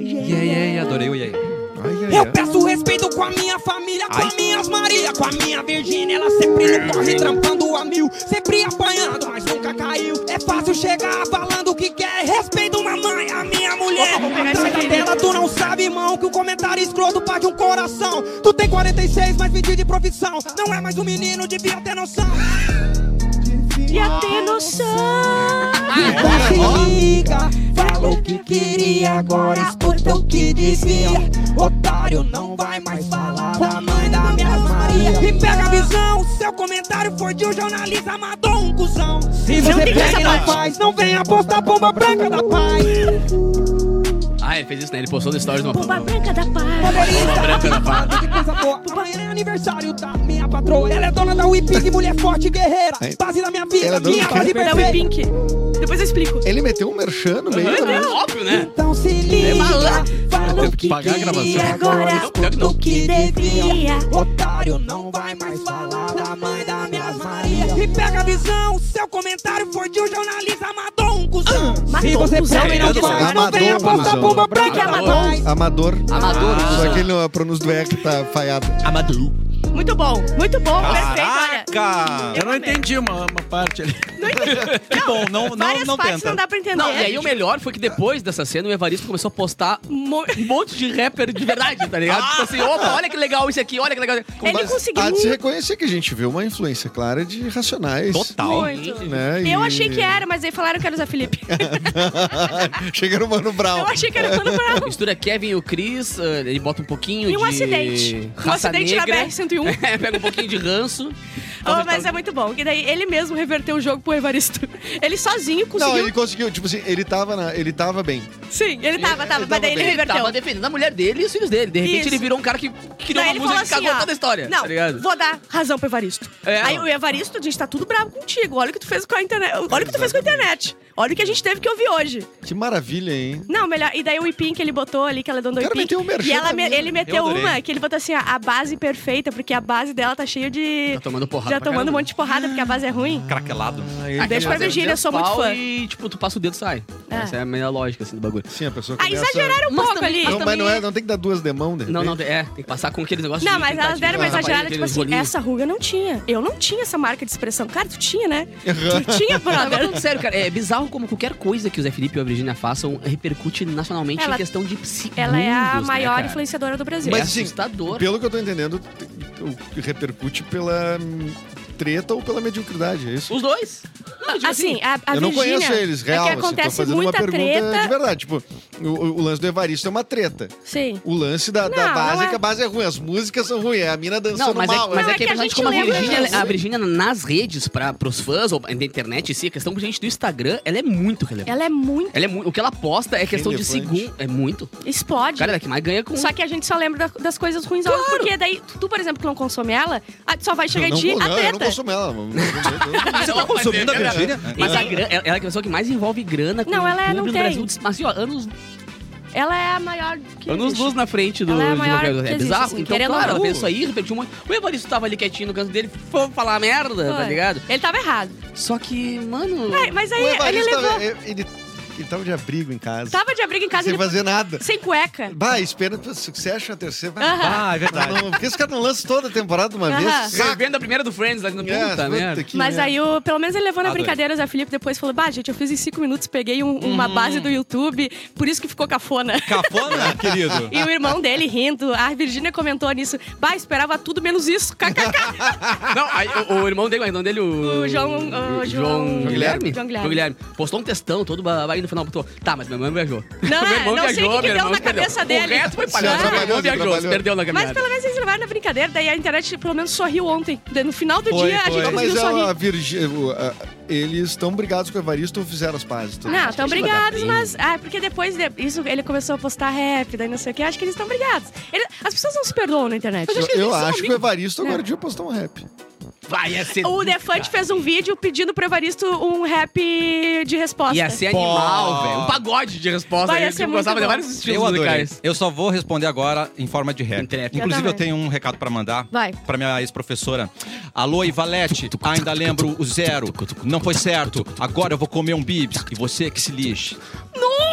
A: Yeah, yeah, yeah, adorei o yeah, yeah.
F: Ai, ai,
G: Eu
F: ai.
G: peço respeito com a minha família, com as minhas Maria, com a minha Virgínia. Ela sempre no corre, trampando a mil, sempre apanhando, mas nunca caiu. É fácil chegar falando o que quer. Respeito mamãe, a minha mulher.
C: Opa, vou pegar isso
G: Atrás da
C: aqui.
G: tela, tu não sabe, irmão, que o comentário escroto parte um coração. Tu tem 46, mas pedi de profissão. Não é mais um menino, devia ter noção.
C: E até noção.
G: Agora liga, falou que queria, agora escuta o que dizia. Otário não vai mais falar da mãe da minha Maria. E pega a visão, seu comentário foi de um jornalista, matou um cuzão. Se
C: Não
G: você
C: tem
G: pega
C: essa
G: e não
C: parte.
G: faz, não venha postar bomba branca da paz.
E: Ah, ele fez isso, né? Ele postou no stories de uma...
C: Pomba branca da paz.
G: Poderia estar abafado, que coisa boa. Amanhã é aniversário da minha patroa. Ela é dona da Wipig, mulher forte e guerreira. Base da minha
F: Ela
G: vida,
F: é dona
G: minha
F: do
G: base
C: Da Wee
G: perfeita.
C: Pink. Depois eu explico.
F: Ele meteu um merchan no meio. né?
E: Óbvio, né?
G: Então se liga, falou
D: Teve que
G: que
D: pagar a gravação.
G: queria, agora escuta o que devia. Otário não vai mais falar da mãe da minha Maria. E pega a visão, seu comentário foi de um jornalista matou um cuzão. Se
C: Matou um
G: você
C: cuzão,
G: pega e não
C: ele
G: faz,
F: matou
G: não venha
F: um
G: postar
F: cuzão.
G: bomba branca
C: Matou.
G: na paz.
F: Amador.
E: Amador.
F: Só que ele não, a pronúncia do E que tá falhada.
A: Amadou.
C: Muito bom, muito bom, perfeito. Olha,
A: Caraca!
D: Eu não entendi uma, uma parte ali.
A: Que bom, não, não,
C: várias
A: não
C: partes
A: tenta.
C: não dá pra entender.
E: Não, e aí o melhor foi que depois dessa cena o Evaristo começou a postar
C: Mo-
E: um monte de rapper de verdade, tá ligado? Tipo assim, opa, olha que legal isso aqui, olha que legal.
C: Ah! Ele
F: Mas
C: conseguiu
F: Há de
E: um-
F: se
C: muito.
F: reconhecer que a gente viu uma influência clara de Racionais.
A: Total.
F: Né?
C: Eu
F: E-
C: achei que era, mas aí falaram que era o Zé Felipe.
F: Chega no Mano Brown.
C: Eu achei que era o Mano Brown.
E: Mistura Kevin e o Chris, eh, ele bota um pouquinho
C: E
E: de.
C: um acidente. Um
E: raça
C: acidente na
E: negra.
C: BR-101.
E: É, Pega um pouquinho de ranço.
C: Oh, mas é muito bom. E daí ele mesmo reverteu o jogo pro Evaristo. Ele sozinho conseguiu.
F: Não, ele conseguiu. Tipo assim, ele tava, na- ele tava bem.
C: Sim, ele tava, tava. Mas daí ele
E: Ele
C: reverteu.
E: tava defendendo a mulher dele e os filhos dele. De repente
C: Isso.
E: ele virou um cara que criou
C: Daí
E: uma
C: ele
E: música
C: falou assim,
E: que cagou
C: ó,
E: toda a história.
C: Não,
E: tá ligado?
C: vou dar razão pro Evaristo.
E: É.
C: Aí o Evaristo, a gente tá tudo bravo contigo. Olha o que tu fez com a internet. Olha o que tu fez com a internet. Olha o que a gente teve que ouvir hoje.
F: Que maravilha, hein?
C: Não, melhor. E daí o Ipin que ele botou ali, que ela é dona do
F: Cara,
C: Ipin.
F: meteu um merchan
C: e ela, me-
F: também.
C: ele meteu
A: adorei.
C: uma que ele botou assim, ó, a base perfeita, porque a base dela tá cheia de.
E: Tá tomando porrada.
C: Já
E: pra
C: tomando um
E: caramba. Ah,
C: monte de porrada, porque a base é ruim.
A: Craquelado.
F: Aí,
C: Deixa pra
E: Fazer
C: Virgínia, eu sou muito
E: é pau
C: fã.
E: E, tipo, tu passa o dedo e sai.
C: É.
E: Essa é a melhor lógica, assim, do bagulho.
F: Sim, a pessoa
C: Ah,
F: começa-
C: exageraram um
E: Mas
C: pouco
E: também-
C: ali.
E: mas
F: Não, mas não, é, não tem que dar duas de mão, né?
E: Não, não, é, tem que passar com aqueles negócios.
C: Não,
E: de
C: mas
E: tentar
C: elas deram
E: tirar
C: uma
E: a
C: exagerada,
E: parede,
C: tipo
E: aqueles
C: assim,
E: rolinhos.
C: essa ruga não tinha. Eu não tinha essa marca de expressão. Cara, tu tinha, né? Tu tinha,
E: Agora,
C: brother.
E: falando sério, cara, é bizarro como qualquer coisa que o Zé Felipe e a Virgínia façam repercute nacionalmente
C: Ela-
E: em questão de segundos,
C: Ela é a
E: né,
C: maior
E: cara?
C: influenciadora do Brasil.
E: É
F: Mas, assim,
E: assustador.
F: Pelo que eu tô entendendo, o- repercute pela hum, treta ou pela mediocridade, é isso?
E: Os dois. Não, digo
C: Assim, a, a
F: eu não
C: Virgínia,
F: conheço eles,
C: É
F: real.
C: que
F: assim, tô
C: acontece
F: fazendo uma
C: muita
F: pergunta
C: treta.
F: de verdade. Tipo, o, o- o lance do Evaristo é uma treta.
C: Sim.
F: O lance da, da
C: Não,
F: base
C: não
F: é...
C: é.
F: que a base é ruim, as músicas são ruins, é a mina dançando
E: Não, mas,
F: mal.
E: é, mas
C: Não,
E: é
C: é
E: que
C: que
E: é
C: a
E: impressionante
C: gente
E: como a
C: lembra
E: Virgínia,
C: disso.
E: a Virgínia nas redes, pra, pros fãs, ou da internet em si, a questão gente do Instagram, ela é muito relevante.
C: Ela é muito.
E: Ela é mu- o que ela posta é questão
F: Relevante.
E: de segundo. É muito.
C: Explode.
E: Cara, ela é que mais ganha com.
C: Só que a gente só lembra da- das coisas ruins, óbvio, porque daí tu, por exemplo, que não consome ela, a- só vai chegar
F: Eu
C: em
F: não,
C: ti
F: vou-
C: a
F: não, eu não
C: treta.
F: consumo ela. não- não- não-
A: Você tá
C: é
A: consumindo a Virgínia? Então-
E: Mas a grana, ela ela é a pessoa que mais envolve grana com
C: Não, ela é-
E: o
C: não
E: público
C: tem.
E: no Brasil. Mas assim, ó, anos,
C: Ela é a maior que
E: anos
C: existe.
E: luz na frente do
C: Ela é a
E: de
C: maior
E: qualquer-
C: que
E: É
C: existe,
E: bizarro.
C: assim,
E: então,
C: querendo ou
E: claro,
C: não.
E: ela pensou aí, repetiu muito. O Evaristo tava ali quietinho no canto dele, foi falar merda, tá
C: Foi.
E: ligado?
C: Ele tava errado.
E: Só que, mano.
C: Ai, mas aí
F: O
C: ele
F: Evaristo
C: levou.
F: tá- ele ele tava de abrigo em casa.
C: Tava de abrigo em casa
F: sem
C: ele-
F: fazer nada.
C: sem cueca.
F: Bah, espera pro sucesso a terceira. mas-
C: Aham.
A: Ah, é
F: Não,
A: verdade.
F: não, porque esse cara não lança toda a temporada de uma
C: Aham.
F: vez. Saco.
E: Vendo a primeira do Friends lá no
F: É,
E: puta, merda.
F: que
C: Mas
F: merda.
C: aí, o, pelo menos ele levou na
A: Adorei.
C: brincadeira, o Zé Felipe depois falou: Bah, gente, eu fiz em cinco minutos, peguei um-
F: Hum.
C: uma base do YouTube, por isso que ficou cafona.
A: Cafona, querido.
C: E o irmão dele rindo, a Virgínia comentou nisso: Bah, esperava tudo menos isso, kkk.
E: Não, aí, o, o irmão dele, o irmão dele, o.
C: O João- o João- João
E: Guilherme?
C: Guilherme. João Guilherme.
E: Postou um textão todo ba- aí no final, botou. Tá, mas minha mãe viajou.
C: Não, é,
E: meu irmão
C: não
E: viajou,
C: sei o que que
E: meu
C: deu
E: irmão
C: na
E: se perdeu.
C: cabeça dele.
E: O resto foi palhaço,
C: Ah.
E: meu irmão viajou, se
F: Trabalhou.
E: perdeu na
C: Mas
E: caminhada.
C: pelo menos eles levaram na brincadeira, daí a internet pelo menos sorriu ontem. Daí No final do
A: Foi,
C: dia,
A: foi.
C: a gente
F: Não, mas
C: conseguiu
A: é
C: sorrir.
F: a Virgí- o- a- eles estão brigados com o Evaristo ou fizeram as pazes? tudo?
C: Não, estão
E: eles
C: brigados,
E: mandaram
C: mas. Ah, porque depois de- isso ele começou a postar rap, daí não sei o que. Acho que eles estão brigados. Ele- As pessoas não se perdoam na internet.
F: Eu, eu acho que o Evaristo agora devia postar um rap.
C: Tá
E: Vai, ia ser.
C: O Defante fez um vídeo pedindo pro Evaristo um rap de resposta.
E: Ia ser animal, velho. Um pagode de resposta.
C: Vai, ia
E: aí,
C: ser
E: eu
C: muito
E: gostava de
C: bom.
E: vários estilos
A: Eu adorei.
E: musicais.
A: Eu só vou responder agora em forma de
E: Em
A: rap.
E: trap.
A: Inclusive,
C: Eu
A: eu tenho um recado pra mandar
C: Vai.
A: pra minha ex-professora. Alô, Ivalete, ainda lembro o zero. Não foi certo. Agora eu vou comer um bibs. E você que se lixe.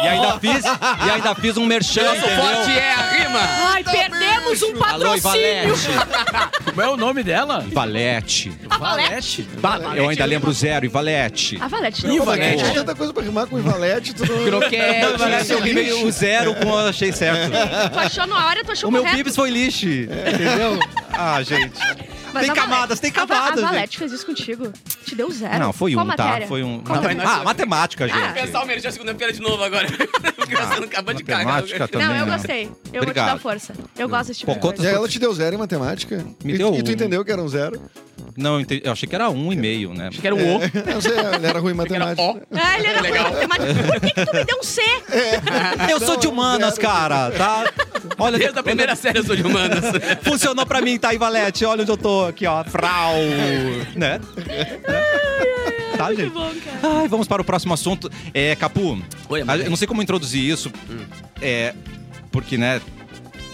A: E ainda fiz, e ainda fiz um merchan,
E: Nosso forte
A: entendeu?
E: é a rima.
C: Ai, perdemos um
A: Alô,
C: patrocínio.
A: Ivalete.
D: Como é o nome dela?
A: Valete.
D: Valete.
A: Eu ainda lembro o zero, Ivalete.
C: A Valete.
D: Ih,
C: não.
D: Valete.
F: Tinha tanta coisa pra rimar com o Ivalete. Tu não... é
E: Croquete.
A: Valete, eu rimei o zero com eu achei certo.
C: Tu achou na hora, tu achou
A: O meu
C: correto.
A: bibs foi lixo, entendeu? Ah, gente.
C: Mas
A: tem
C: a Valete-
A: camadas, tem
C: a Va-
A: camadas,
C: A Valete fez isso contigo. Te deu zero.
A: Não, foi
C: É, Qual
A: um,
C: matéria?
A: tá? Foi um.
C: Qual
E: Não,
C: matéria?
A: Ah, matemática, gente.
E: Pensar o Merchan segunda-feira de novo agora. Porque você não acabou de cagar.
A: matemática também.
C: Não, eu
A: né?
C: gostei. Eu vou te
A: Obrigado.
C: dar força. Eu gosto desse tipo de
A: Pô,
C: coisa.
F: E aí ela te deu zero em matemática?
A: Me
F: E-
A: deu
F: e, tu
A: um.
F: entendeu que era um zero?
A: Não, eu, entendi- eu achei que era um e meio, né?
E: Que era um O.
F: Não sei, ele era ruim em
E: Era
F: matemática.
E: O.
C: Ah, ele era
E: Legal.
C: muito matemático. Por que, que tu me deu um C?
A: Eu sou de
F: Não,
A: humanas,
F: zero.
A: cara, tá? Olha,
E: Desde a primeira série eu sou de humanas.
A: funcionou pra mim, tá, Ivalete? Olha onde eu tô aqui, ó. Frau. né? Tá,
C: Que
A: gente?
C: bom, cara.
A: Ai, vamos para o próximo assunto. É, Capu,
E: Oi,
A: a-
E: amor.
A: eu não sei como introduzir isso, é, porque, né,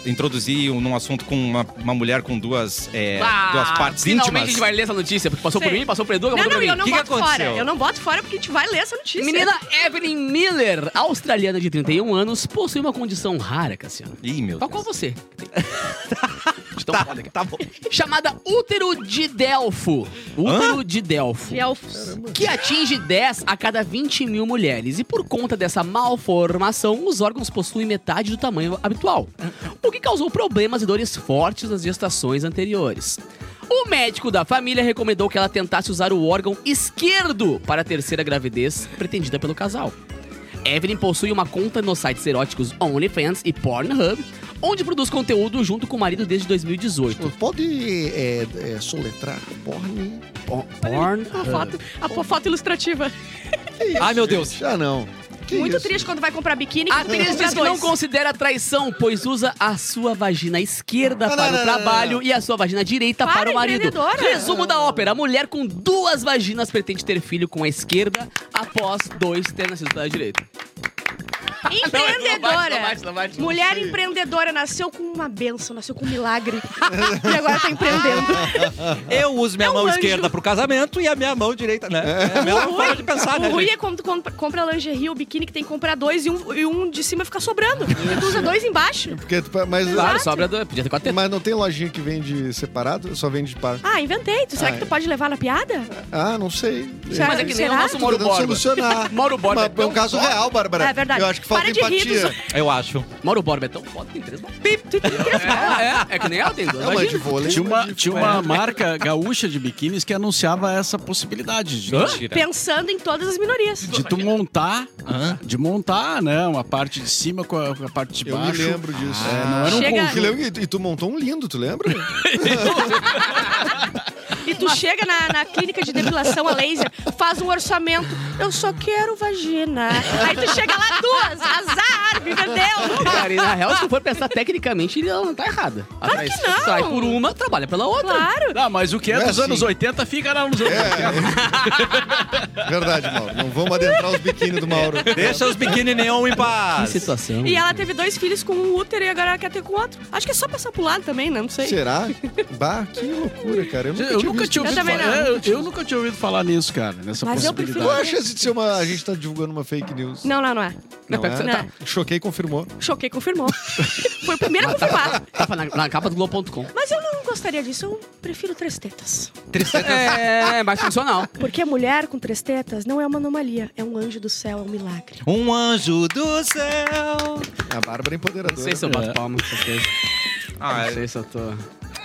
A: introduzir um- num assunto com uma, uma mulher com duas, é, duas partes
E: Ah, finalmente
A: íntimas.
E: a gente vai ler essa notícia, porque passou por
C: Sim.
E: mim, passou por Edu,
C: Não,
E: acabou
C: não,
E: por mim.
C: eu não
A: que
C: boto fora.
A: aconteceu?
C: Eu não boto fora porque a gente vai ler essa notícia.
E: Menina Evelyn Miller, australiana de 31 anos, possui uma condição rara, Cassiano.
A: Ih, meu
E: Tal qual
A: Deus.
E: você. Então,
A: Tá,
E: foda, cara.
A: tá bom.
E: Chamada útero de Delfo. Útero de Delfo.
C: E é elfos.
E: que atinge 10 a cada 20 mil mulheres. E por conta dessa malformação, os órgãos possuem metade do tamanho habitual, o que causou problemas e dores fortes nas gestações anteriores. O médico da família recomendou que ela tentasse usar o órgão esquerdo para a terceira gravidez pretendida pelo casal. Evelyn possui uma conta nos sites eróticos OnlyFans e Pornhub, onde produz conteúdo junto com o marido desde 2018.
F: Pode é, é, soletrar porn?
E: Po-
C: Uma
E: Pornhub.
C: foto, a pô- foto ilustrativa.
A: Ai, meu Deus.
F: Já Ah, não. Que
C: Muito
F: isso?
C: triste quando vai comprar biquíni.
E: A
C: que tem que
E: atriz
C: comprar
E: diz que não
C: dois.
E: considera traição, pois usa a sua vagina esquerda
F: Não,
E: para
F: não,
E: o
F: não,
E: trabalho
F: não, não.
E: e a sua vagina direita
C: Para,
E: para, o marido.
C: empreendedora.
E: Resumo da ópera: a mulher com duas vaginas pretende ter filho com a esquerda após dois ter nascido pela direita.
C: Empreendedora.
E: Não bate, não bate, não
C: Mulher empreendedora nasceu com uma benção, nasceu com um milagre. e agora tá empreendendo.
A: Eu uso minha
C: É um
A: mão
C: anjo.
A: esquerda pro casamento e a minha mão direita, né? É. a minha forma de pensar,
C: o
A: né?
C: ruim
A: gente?
C: é quando tu compra- compra lingerie ou biquíni que tem que comprar dois e um, e um de cima fica sobrando. E tu usa dois embaixo.
F: Porque tu- mas,
E: Claro, sobra dois. Podia ter quatro tetas.
F: mas não tem lojinha que vende separado? Só vende de par?
C: Ah, inventei. Tu, será
F: Ah,
C: que tu
F: é.
C: pode levar na piada?
F: Ah, não sei.
C: Será?
E: Mas é que nem o
C: Será?
E: nosso
F: Tô
E: Mauro
F: tentando
E: Borba.
F: solucionar.
E: Mauro Borba é
F: Mas é um
E: tão
F: caso
E: foda.
F: real, Bárbara.
C: É verdade.
F: Eu acho que falta
C: Para de rir
F: empatia.
C: dos-
A: Eu acho.
E: Mauro Borba é tão foda, tem três mãos.
C: Pip, tu- tu-
E: É, é, é que nem ela tem duas
F: Não, é. mas de
E: vaginas.
F: vôlei.
D: Tinha uma,
F: mas de-
D: tinha uma marca gaúcha de biquínis que anunciava essa possibilidade de,
A: Mentira.
C: Pensando em todas as minorias.
D: de tu montar,
A: Hã?
D: de montar, né? Uma parte de cima com a, com a parte de
F: Eu me
D: baixo.
F: lembro disso.
D: É, não era um
C: Chega-
F: Que lembra- e tu- E tu montou um lindo, tu lembra?
C: E tu chega na, na clínica de depilação a laser, faz um orçamento. Eu só quero vagina. Aí tu chega lá duas, azar, me vendeu.
E: Cara, e na real, se for pensar tecnicamente, ela não tá errada. Claro
C: que não.
E: Sai por uma, trabalha pela outra.
C: Claro.
D: Ah, mas o que é
F: Não é
D: dos
F: assim. É.
D: anos 80 fica lá nos anos 80.
F: Verdade, Mauro. Não vamos adentrar os biquíni do Mauro.
A: Deixa os biquíni neon em
E: Que
A: paz.
E: situação.
C: E ela teve dois filhos com um útero e agora ela quer ter com outro. Acho que é só passar pro lado também, né? Não sei.
F: Será? Bah, que loucura, cara. Eu nunca,
D: Eu nunca nunca tinha
F: tinha
C: Eu
D: ouvido
C: também
D: falar.
C: não.
D: é, eu, eu nunca tinha ouvido falar nisso, cara. Nessa
C: Mas eu
D: possibilidade.
F: Qual é a chance de ser uma. A gente tá divulgando uma fake news?
C: Não, não, não é.
F: Não
B: pior que
F: é?
B: você tá.
F: Choquei, confirmou.
C: Choquei, confirmou. Foi o primeiro
F: tá.
C: a confirmar.
B: Tava na, na capa do Globo.com.
C: Mas eu não gostaria disso, eu prefiro três tetas.
B: É, mais funcional.
C: Porque mulher com três tetas não é uma anomalia, é um anjo do céu, é um milagre.
A: Um anjo do céu.
F: A Bárbara é empoderadora.
B: Não sei se eu bato palma com certeza.
A: Ah,
F: é.
B: Não sei se eu tô.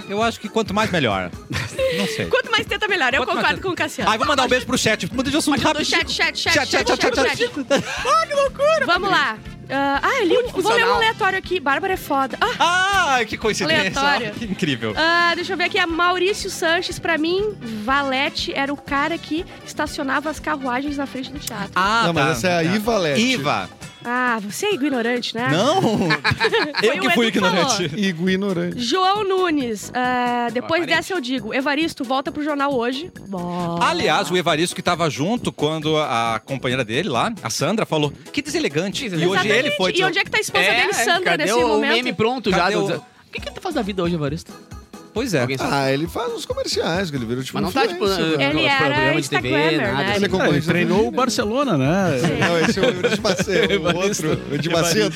A: eu acho que quanto mais, melhor. Não sei.
C: Quanto mais teta, melhor. Eu
A: Quanto mais
C: concordo com o Cassiano.
A: Ai, vou mandar um beijo pro chat. Muda de assunto rápido.
C: Chat, chat, chat,
A: Chat, chat, chat, chat,
C: Ah, que loucura! Vamos lá. Ah, ah, eu li um, vou ler um
B: Multifuncional.
C: aleatório aqui. Bárbara é foda. Ah,
A: Ah, que coincidência.
C: Aleatório.
A: Ah, Que incrível.
C: ah, deixa eu ver aqui. A Maurício Sanches, pra mim, Valete era o cara que estacionava as carruagens na frente do teatro.
A: Ah,
F: Não, mas essa é a
A: Tá.
F: Iva Lete.
A: Iva.
C: Ah, você é ignorante, né?
A: Não.
C: Foi
A: Eu
C: o
A: que fui
C: Edu que falou.
A: ignorante.
F: Igo ignorante.
C: João Nunes. ah, depois
A: Aparente.
C: dessa eu digo. Evaristo, volta pro jornal hoje. Bom.
A: Aliás, o Evaristo que tava junto quando a companheira dele lá, a Sandra, falou que deselegante. E hoje ele foi.
C: E onde é que tá a esposa dele, Sandra,
B: cadê
C: nesse
B: o
C: momento?
B: meme pronto
A: Cadê
B: já?
A: o-
B: do- O que, que ele faz da vida hoje, Evaristo?
A: Pois é.
B: Alguém sabe?
F: Ah, ele faz uns comerciais, que ele virou tipo
B: Mas não tá, tipo,
F: influencer,
B: ah,
F: né?
C: Ele
B: Os
C: era
B: programas de TV,
C: Instagrammer,
B: nada, assim.
C: né?
F: Ele é
D: Ah, ele
F: concorrente da
D: treinou o
F: Virgínia.
D: Barcelona, né?
F: Não, esse é o Eurício Macedo, o outro, o de Macedo.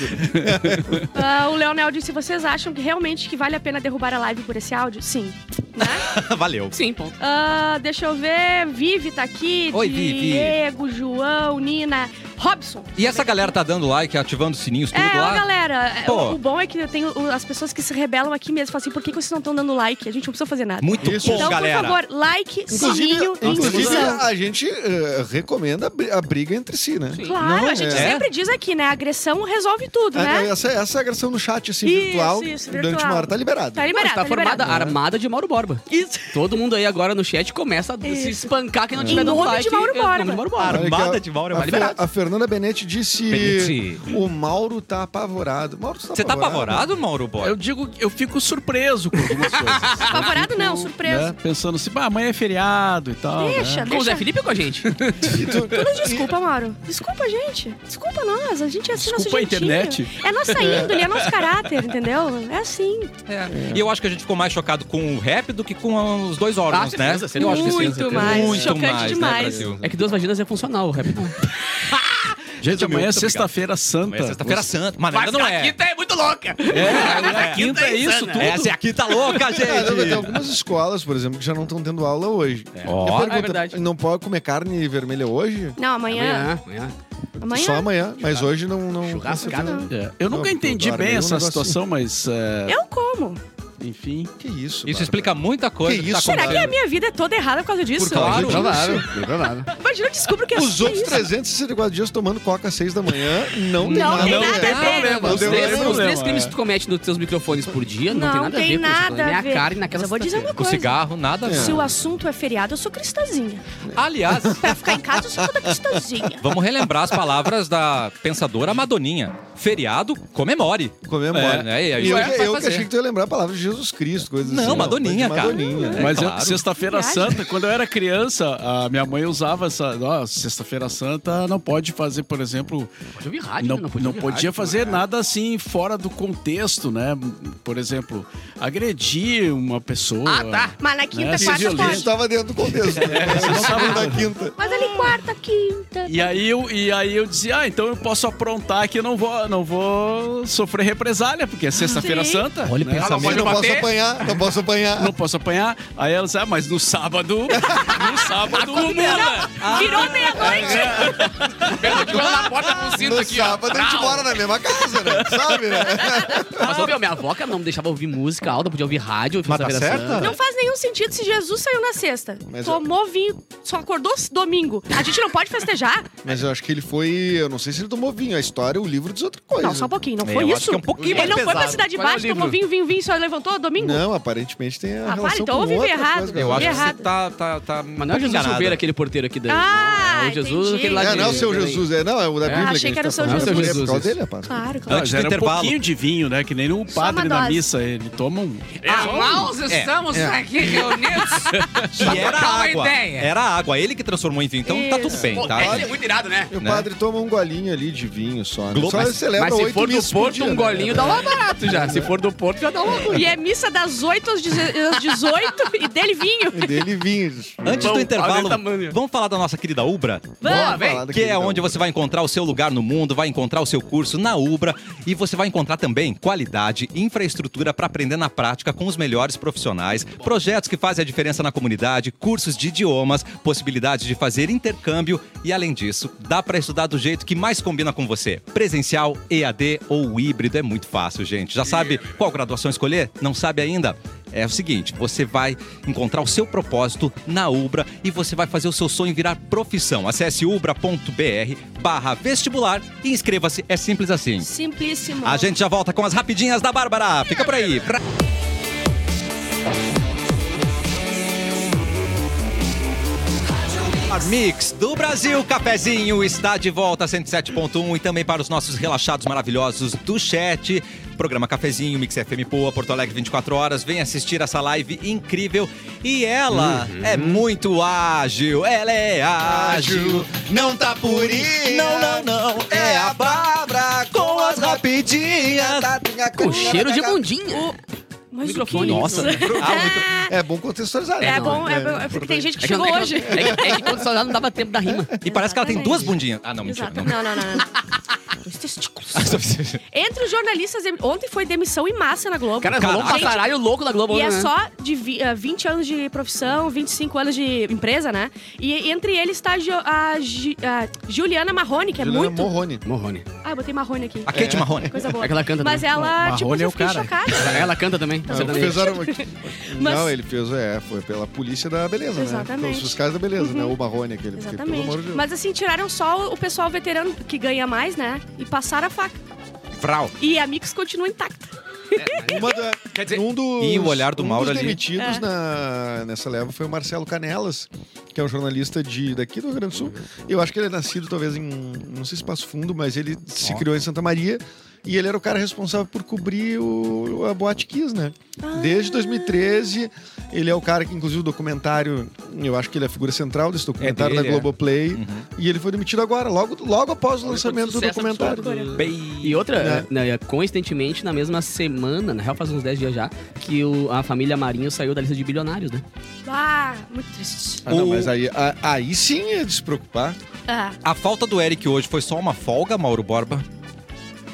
C: Ah, o Leonel disse: vocês acham que realmente que vale a pena derrubar a live por esse áudio? Sim. Né?
A: Valeu.
B: Sim, ponto.
C: Ah, deixa eu ver. Vivi tá aqui.
A: Oi, Vivi.
C: Diego, João, Nina, Robson.
A: E essa galera tá dando like, ativando os sininhos, tudo
C: É, ó,
A: lá.
C: galera, é,
A: Pô.
C: o, o bom é que eu tenho o- as pessoas que se rebelam aqui mesmo. Falam assim, por que, que vocês não estão dando like? A gente não precisa fazer nada.
A: Muito
F: Isso.
A: bom,
C: então,
A: galera.
C: por favor, like, sininho
F: Inclusive,
C: e
F: inclusive
C: inscrição.
F: a gente eh, recomenda a bri- a briga entre si, né?
C: Claro,
A: Não,
C: a gente
A: é.
C: sempre diz aqui, né? Agressão resolve tudo,
F: Ah,
C: né?
F: Essa, essa é a agressão no chat, assim,
C: Isso,
F: virtual.
C: isso,
F: Durante
C: virtual.
F: uma hora tá liberado.
C: Tá liberado,
B: Está
C: tá
B: formada
C: liberado.
B: a armada de Mauro Borba.
C: Isso.
B: Todo mundo aí agora no chat começa a
C: Isso.
B: se espancar quem não
C: Em
B: tiver dando
C: nome de
B: like.
C: Mauro
B: em nome
C: Borba.
B: de Mauro
A: A
B: Borba.
F: Olha que
A: Armada
F: a-
A: de Mauro é
F: a,
A: mais
F: Fer-
A: liberado.
F: a Fernanda Benetti disse:
A: Benetti.
F: O Mauro tá apavorado. Mauro, tu tá
A: Você tá apavorado, Mauro
D: Eu
A: Borba?
D: digo que eu fico surpreso com algumas coisas.
C: Apavorado não, surpreso.
D: né? Pensando assim, "Bah, amanhã é feriado e tal. né?"
C: Deixa,
B: Com o Zé
C: deixa.
B: Felipe ou com a gente?
F: E tu-
C: Tu nos desculpa, Mauro. Desculpa, gente. Desculpa nós. A gente é assim, nosso
D: Desculpa a
C: jeitinho.
D: internet.
C: É nossa índole, é nosso caráter, entendeu? É assim.
A: É. E eu acho que a gente ficou mais chocado com o rap do que com os dois órgãos,
B: Ah,
A: né?
B: certeza,
A: eu acho que
B: certeza.
A: sim.
C: Muito
E: é
C: mais.
A: Muito
C: Chocante
A: mais,
C: demais.
A: Né, Brasil?
B: É que duas vaginas é funcional, o rap.
D: Gente, amanhã é
A: Muito obrigado.
D: sexta-feira santa.
A: Amanhã é sexta-feira santa. Mas ainda não
B: a
A: é.
B: quinta é muito louca.
D: É,
B: A
D: quinta é isso,
B: insana.
D: tudo.
A: Essa é a quinta louca,
F: Ah, não, mas tem
A: gente.
F: algumas escolas, por exemplo, que já não estão tendo aula hoje.
A: Ó.
F: Eu
A: Ah, é
F: pergunto,
B: verdade.
F: não pode comer carne vermelha hoje?
C: Não, amanhã.
B: Amanhã, amanhã.
C: Amanhã.
F: Só amanhã, mas hoje não. não
B: Churrasco, cara.
F: não-
D: É, Eu nunca
F: Não,
D: entendi
F: claro,
D: bem
F: nenhum
D: essa
F: negocinho.
D: situação, mas é,
C: Eu como.
D: enfim.
F: Que isso?
A: Isso
F: Bárbara?
A: explica muita coisa.
F: Que
A: tá
F: isso,
C: Será que
A: acontecendo.
C: a minha vida é toda errada por causa disso?
A: Por causa Claro.
B: Provável. Provável.
C: Imagina, eu descubro que é
F: Os
C: só
F: outros
C: isso.
F: 364 dias tomando coca às 6 da manhã, não tem
C: Não
F: nada.
C: tem
F: a ver.
C: nada a ver.
F: Não
B: Os
F: deu
B: três,
F: nenhum
B: os três
D: problema,
B: crimes
D: é.
B: que tu comete nos teus microfones por dia não,
C: Não
B: tem
C: tem
B: nada a ver com isso. né? É
C: nada a
B: Nem
C: ver.
B: a carne naquela
C: Mas eu vou dizer uma
A: O
C: coisa.
A: cigarro, nada. a ver.
C: Se o assunto é feriado, eu sou cristazinha.
A: Aliás,
C: Pra ficar em casa, eu sou toda cristazinha.
A: vamos relembrar as palavras da pensadora Madoninha. Feriado, comemore.
F: Comemora.
A: É, né? E aí
F: E eu,
A: vai
F: eu, que
A: fazer.
F: achei que tu ia lembrar a palavra de Jesus Cristo, coisas
A: Não,
F: assim.
A: Madoninha,
F: de
A: cara.
F: Madoninha. né?
A: É,
D: Mas eu-
A: claro.
D: sexta-feira
C: Viagem.
D: santa, quando eu era criança, a minha mãe usava essa. ó, sexta-feira santa não pode fazer, por exemplo,
B: Pode ouvir rádio,
D: não,
B: né?
D: não
B: pode
D: podia,
B: ouvir rádio,
D: fazer
B: né?
D: nada assim fora do contexto, né? Por exemplo, agredir uma pessoa.
B: Ah, tá.
C: Mas na
D: Né?
C: quinta,
D: Sim,
C: quarta,
D: violência.
F: Isso
C: pode.
F: estava dentro do contexto.
B: É,
F: Né? Segunda, quinta.
C: Mas ali quarta, quinta.
D: E aí eu, e aí eu dizia, ah, então eu posso aprontar que eu não vou, não vou sofrer represália, porque é sexta-feira
C: Sim.
D: santa.
A: Olha o
D: né?
B: Tá
A: pensamento.
F: Mas
A: Pode
B: então
F: não posso
A: bater?
F: apanhar, não posso apanhar.
D: Não posso apanhar. Aí ela disse, ah, mas no sábado. No
C: Tá
D: sábado.
B: Comemora.
C: Virou meia-noite.
B: Eu tô jogando na porta com o cinto
F: No
B: aqui,
F: sábado a gente mora na mesma casa, né? Sabe, né?
D: ah.
B: Mas, ô, meu, minha avó que não me deixava ouvir música alta, podia ouvir rádio.
F: Mas tá
B: sexta-feira
F: certa?
B: santa.
C: Não faz nenhum sentido se Jesus saiu na sexta.
F: Mas eu-
C: tomou vinho, só acordou domingo. A gente não pode festejar?
F: Mas eu acho que ele foi. Eu não sei se ele tomou vinho. A história, o livro diz outra coisa.
C: Não, só um pouquinho, não
A: É,
C: foi
A: eu
C: isso?
A: acho que é um pouquinho
C: Ele
A: mais
C: não foi pra
A: pesado.
C: cidade
B: Qual é o
C: baixa, tomou
B: livro?
C: vinho, vinho, vinho, só levantou domingo?
F: Não, aparentemente tem a
C: Ah,
F: relação
C: para, então
F: com
C: ouve
F: outra
C: errado.
F: coisa,
A: Eu
F: cara.
A: acho que
C: Errado.
A: você tá. tá, tá
B: Mas não é o Jesus
A: enganada.
B: Silveira, aquele porteiro aqui da.
C: Ah,
B: não, é o Jesus,
C: entendi.
B: aquele lá
F: É,
B: de-
F: não é o seu
B: peraí.
F: Jesus, é é, não, é o da Bíblia.
C: Achei
F: a gente
C: que era o
F: tá
C: São
F: falando.
C: Jesus.
F: É por causa
E: Jesus.
F: dele, rapaz.
C: Claro,
D: Não,
C: claro.
A: Antes do
D: era um
A: intervalo.
D: pouquinho de vinho, né? Que nem o padre
C: uma
D: da
C: dose.
D: missa, ele toma um...
F: É.
H: Ah, nós estamos aqui reunidos pra
A: E era
H: trocar uma
A: água.
H: ideia.
A: Era água. Ele que transformou em vinho. Então tá tudo
C: Isso.
A: bem,
B: Pô,
A: tá?
B: é, que ele é muito irado, né?
F: E o
A: Né?
F: padre toma um golinho ali de vinho só. Né?
A: Globo-
F: Só
A: mas-
F: ele celebra
B: Mas se
F: oito
B: for do
F: missas por
B: Porto,
F: dia,
B: um
F: né?
B: golinho dá lá barato já. Se for do Porto, já dá uma
C: E é missa das 8 às 18 e dele vinho.
F: E dele vinhos.
A: Antes do
B: Bom,
A: intervalo,
B: olha o tamanho.
A: vamos falar da nossa querida Ubra?
B: Boa,
F: Bora
B: vem.
F: falar
A: Que
F: daquele
A: é
F: da
A: onde
F: Ubra.
A: você vai encontrar o seu lugar no mundo, vai encontrar o seu curso na Ubra e você vai encontrar também qualidade, infraestrutura para aprender na prática com os melhores profissionais, projetos que fazem a diferença na comunidade, cursos de idiomas, possibilidade de fazer intercâmbio e, além disso, dá para estudar do jeito que mais combina com você. Presencial, EAD ou híbrido é muito fácil, gente. Já sabe qual graduação escolher? Não sabe ainda? É o seguinte, você vai encontrar o seu propósito na Ubra e você vai fazer o seu sonho virar profissão. Acesse ubra.br barra vestibular e inscreva-se. É simples assim.
C: Simplíssimo.
A: A gente já volta com as rapidinhas da Bárbara. Fica por aí. Pra- A Mix do Brasil, cafezinho está de volta 107.1 e também para os nossos relaxados maravilhosos do chat. Programa Cafezinho, Mix FM Poa, Porto Alegre 24 horas. Vem assistir essa live incrível. E ela é muito ágil, ela é ágil.
F: Não tá purinha.
A: Não, não, não, é a Bárbara com as rapidinhas.
F: tá.
B: Com cheiro de bundinha.
C: Mas o
B: Microfone.
C: que é
A: Nossa,
C: isso?
A: ah,
F: É bom contextualizar.
C: É
F: né?
C: bom, é bom. É porque tem gente que chegou
B: não-
C: hoje.
B: É que, é que quando só não dava tempo da rima.
A: e parece que ela tem
C: Exatamente.
A: duas bundinhas. Ah, não, mentira.
C: Exato.
A: Não.
C: Não, não, não. não. Os testículos. Entre os jornalistas, ontem foi demissão em massa na Globo.
B: Cara, rolou um
A: Caraca.
B: passaralho louco na Globo.
C: E é
E: Uhum.
B: né?
C: só de vi- ah, 20 anos de profissão, 25 anos de empresa, né? E entre eles está a, Gio- a Gi- a Juliana Marrone, que é
F: Juliana
C: muito.
F: um Morrone.
B: Morrone.
C: Ah, eu botei Marrone aqui.
A: A Kate Marrone.
C: Coisa boa.
B: É que ela canta
C: Mas
B: também.
C: ela, tipo,
D: Marrone é
C: eu
D: o
C: fiquei
D: cara.
C: chocada.
B: Ela, ela canta também.
F: Não,
B: sertaneja.
F: fizeram-
C: Mas-
F: Não, ele fez, é, foi pela polícia da beleza, né?
C: Exatamente. Uhum.
F: Pelos fiscais da beleza, né? O Marrone aquele. porque, Pelo amor de
C: Exatamente.
F: Deus.
C: Mas assim, tiraram só o- o pessoal veterano que ganha mais, né? E passaram a faca.
A: Vral.
C: E a Mix continua intacta.
F: Uma da- um dos,
A: e o olhar do
F: um
A: Mauro
F: dos
A: ali.
F: demitidos
C: É.
F: na- nessa leva foi o Marcelo Canelas, que é um jornalista de, daqui do Rio Grande do Sul. Eu acho que ele é nascido talvez em, não sei se Passo Fundo, mas ele se criou em Santa Maria. E ele era o cara responsável por cobrir o, a Boate Kiss, né? Desde 2013, ele é o cara que, inclusive, o documentário... Eu acho que ele é a figura central desse documentário
A: dele,
F: da
A: é.
F: Globoplay. E ele foi demitido agora, logo, logo após o
E: um
F: lançamento do
B: sucesso
F: documentário.
B: absurdo.
A: Bem-
B: E outra,
F: Né?
B: eh, né, eh, coincidentemente, na mesma semana, na real faz uns 10 dias já, que o- a família Marinho saiu da lista de bilionários, né?
C: Ah, muito triste.
F: Ah, não,
A: O-
F: mas aí, a- aí sim é de se preocupar.
C: Ah.
A: A falta do Eric hoje foi só uma folga, Mauro Borba?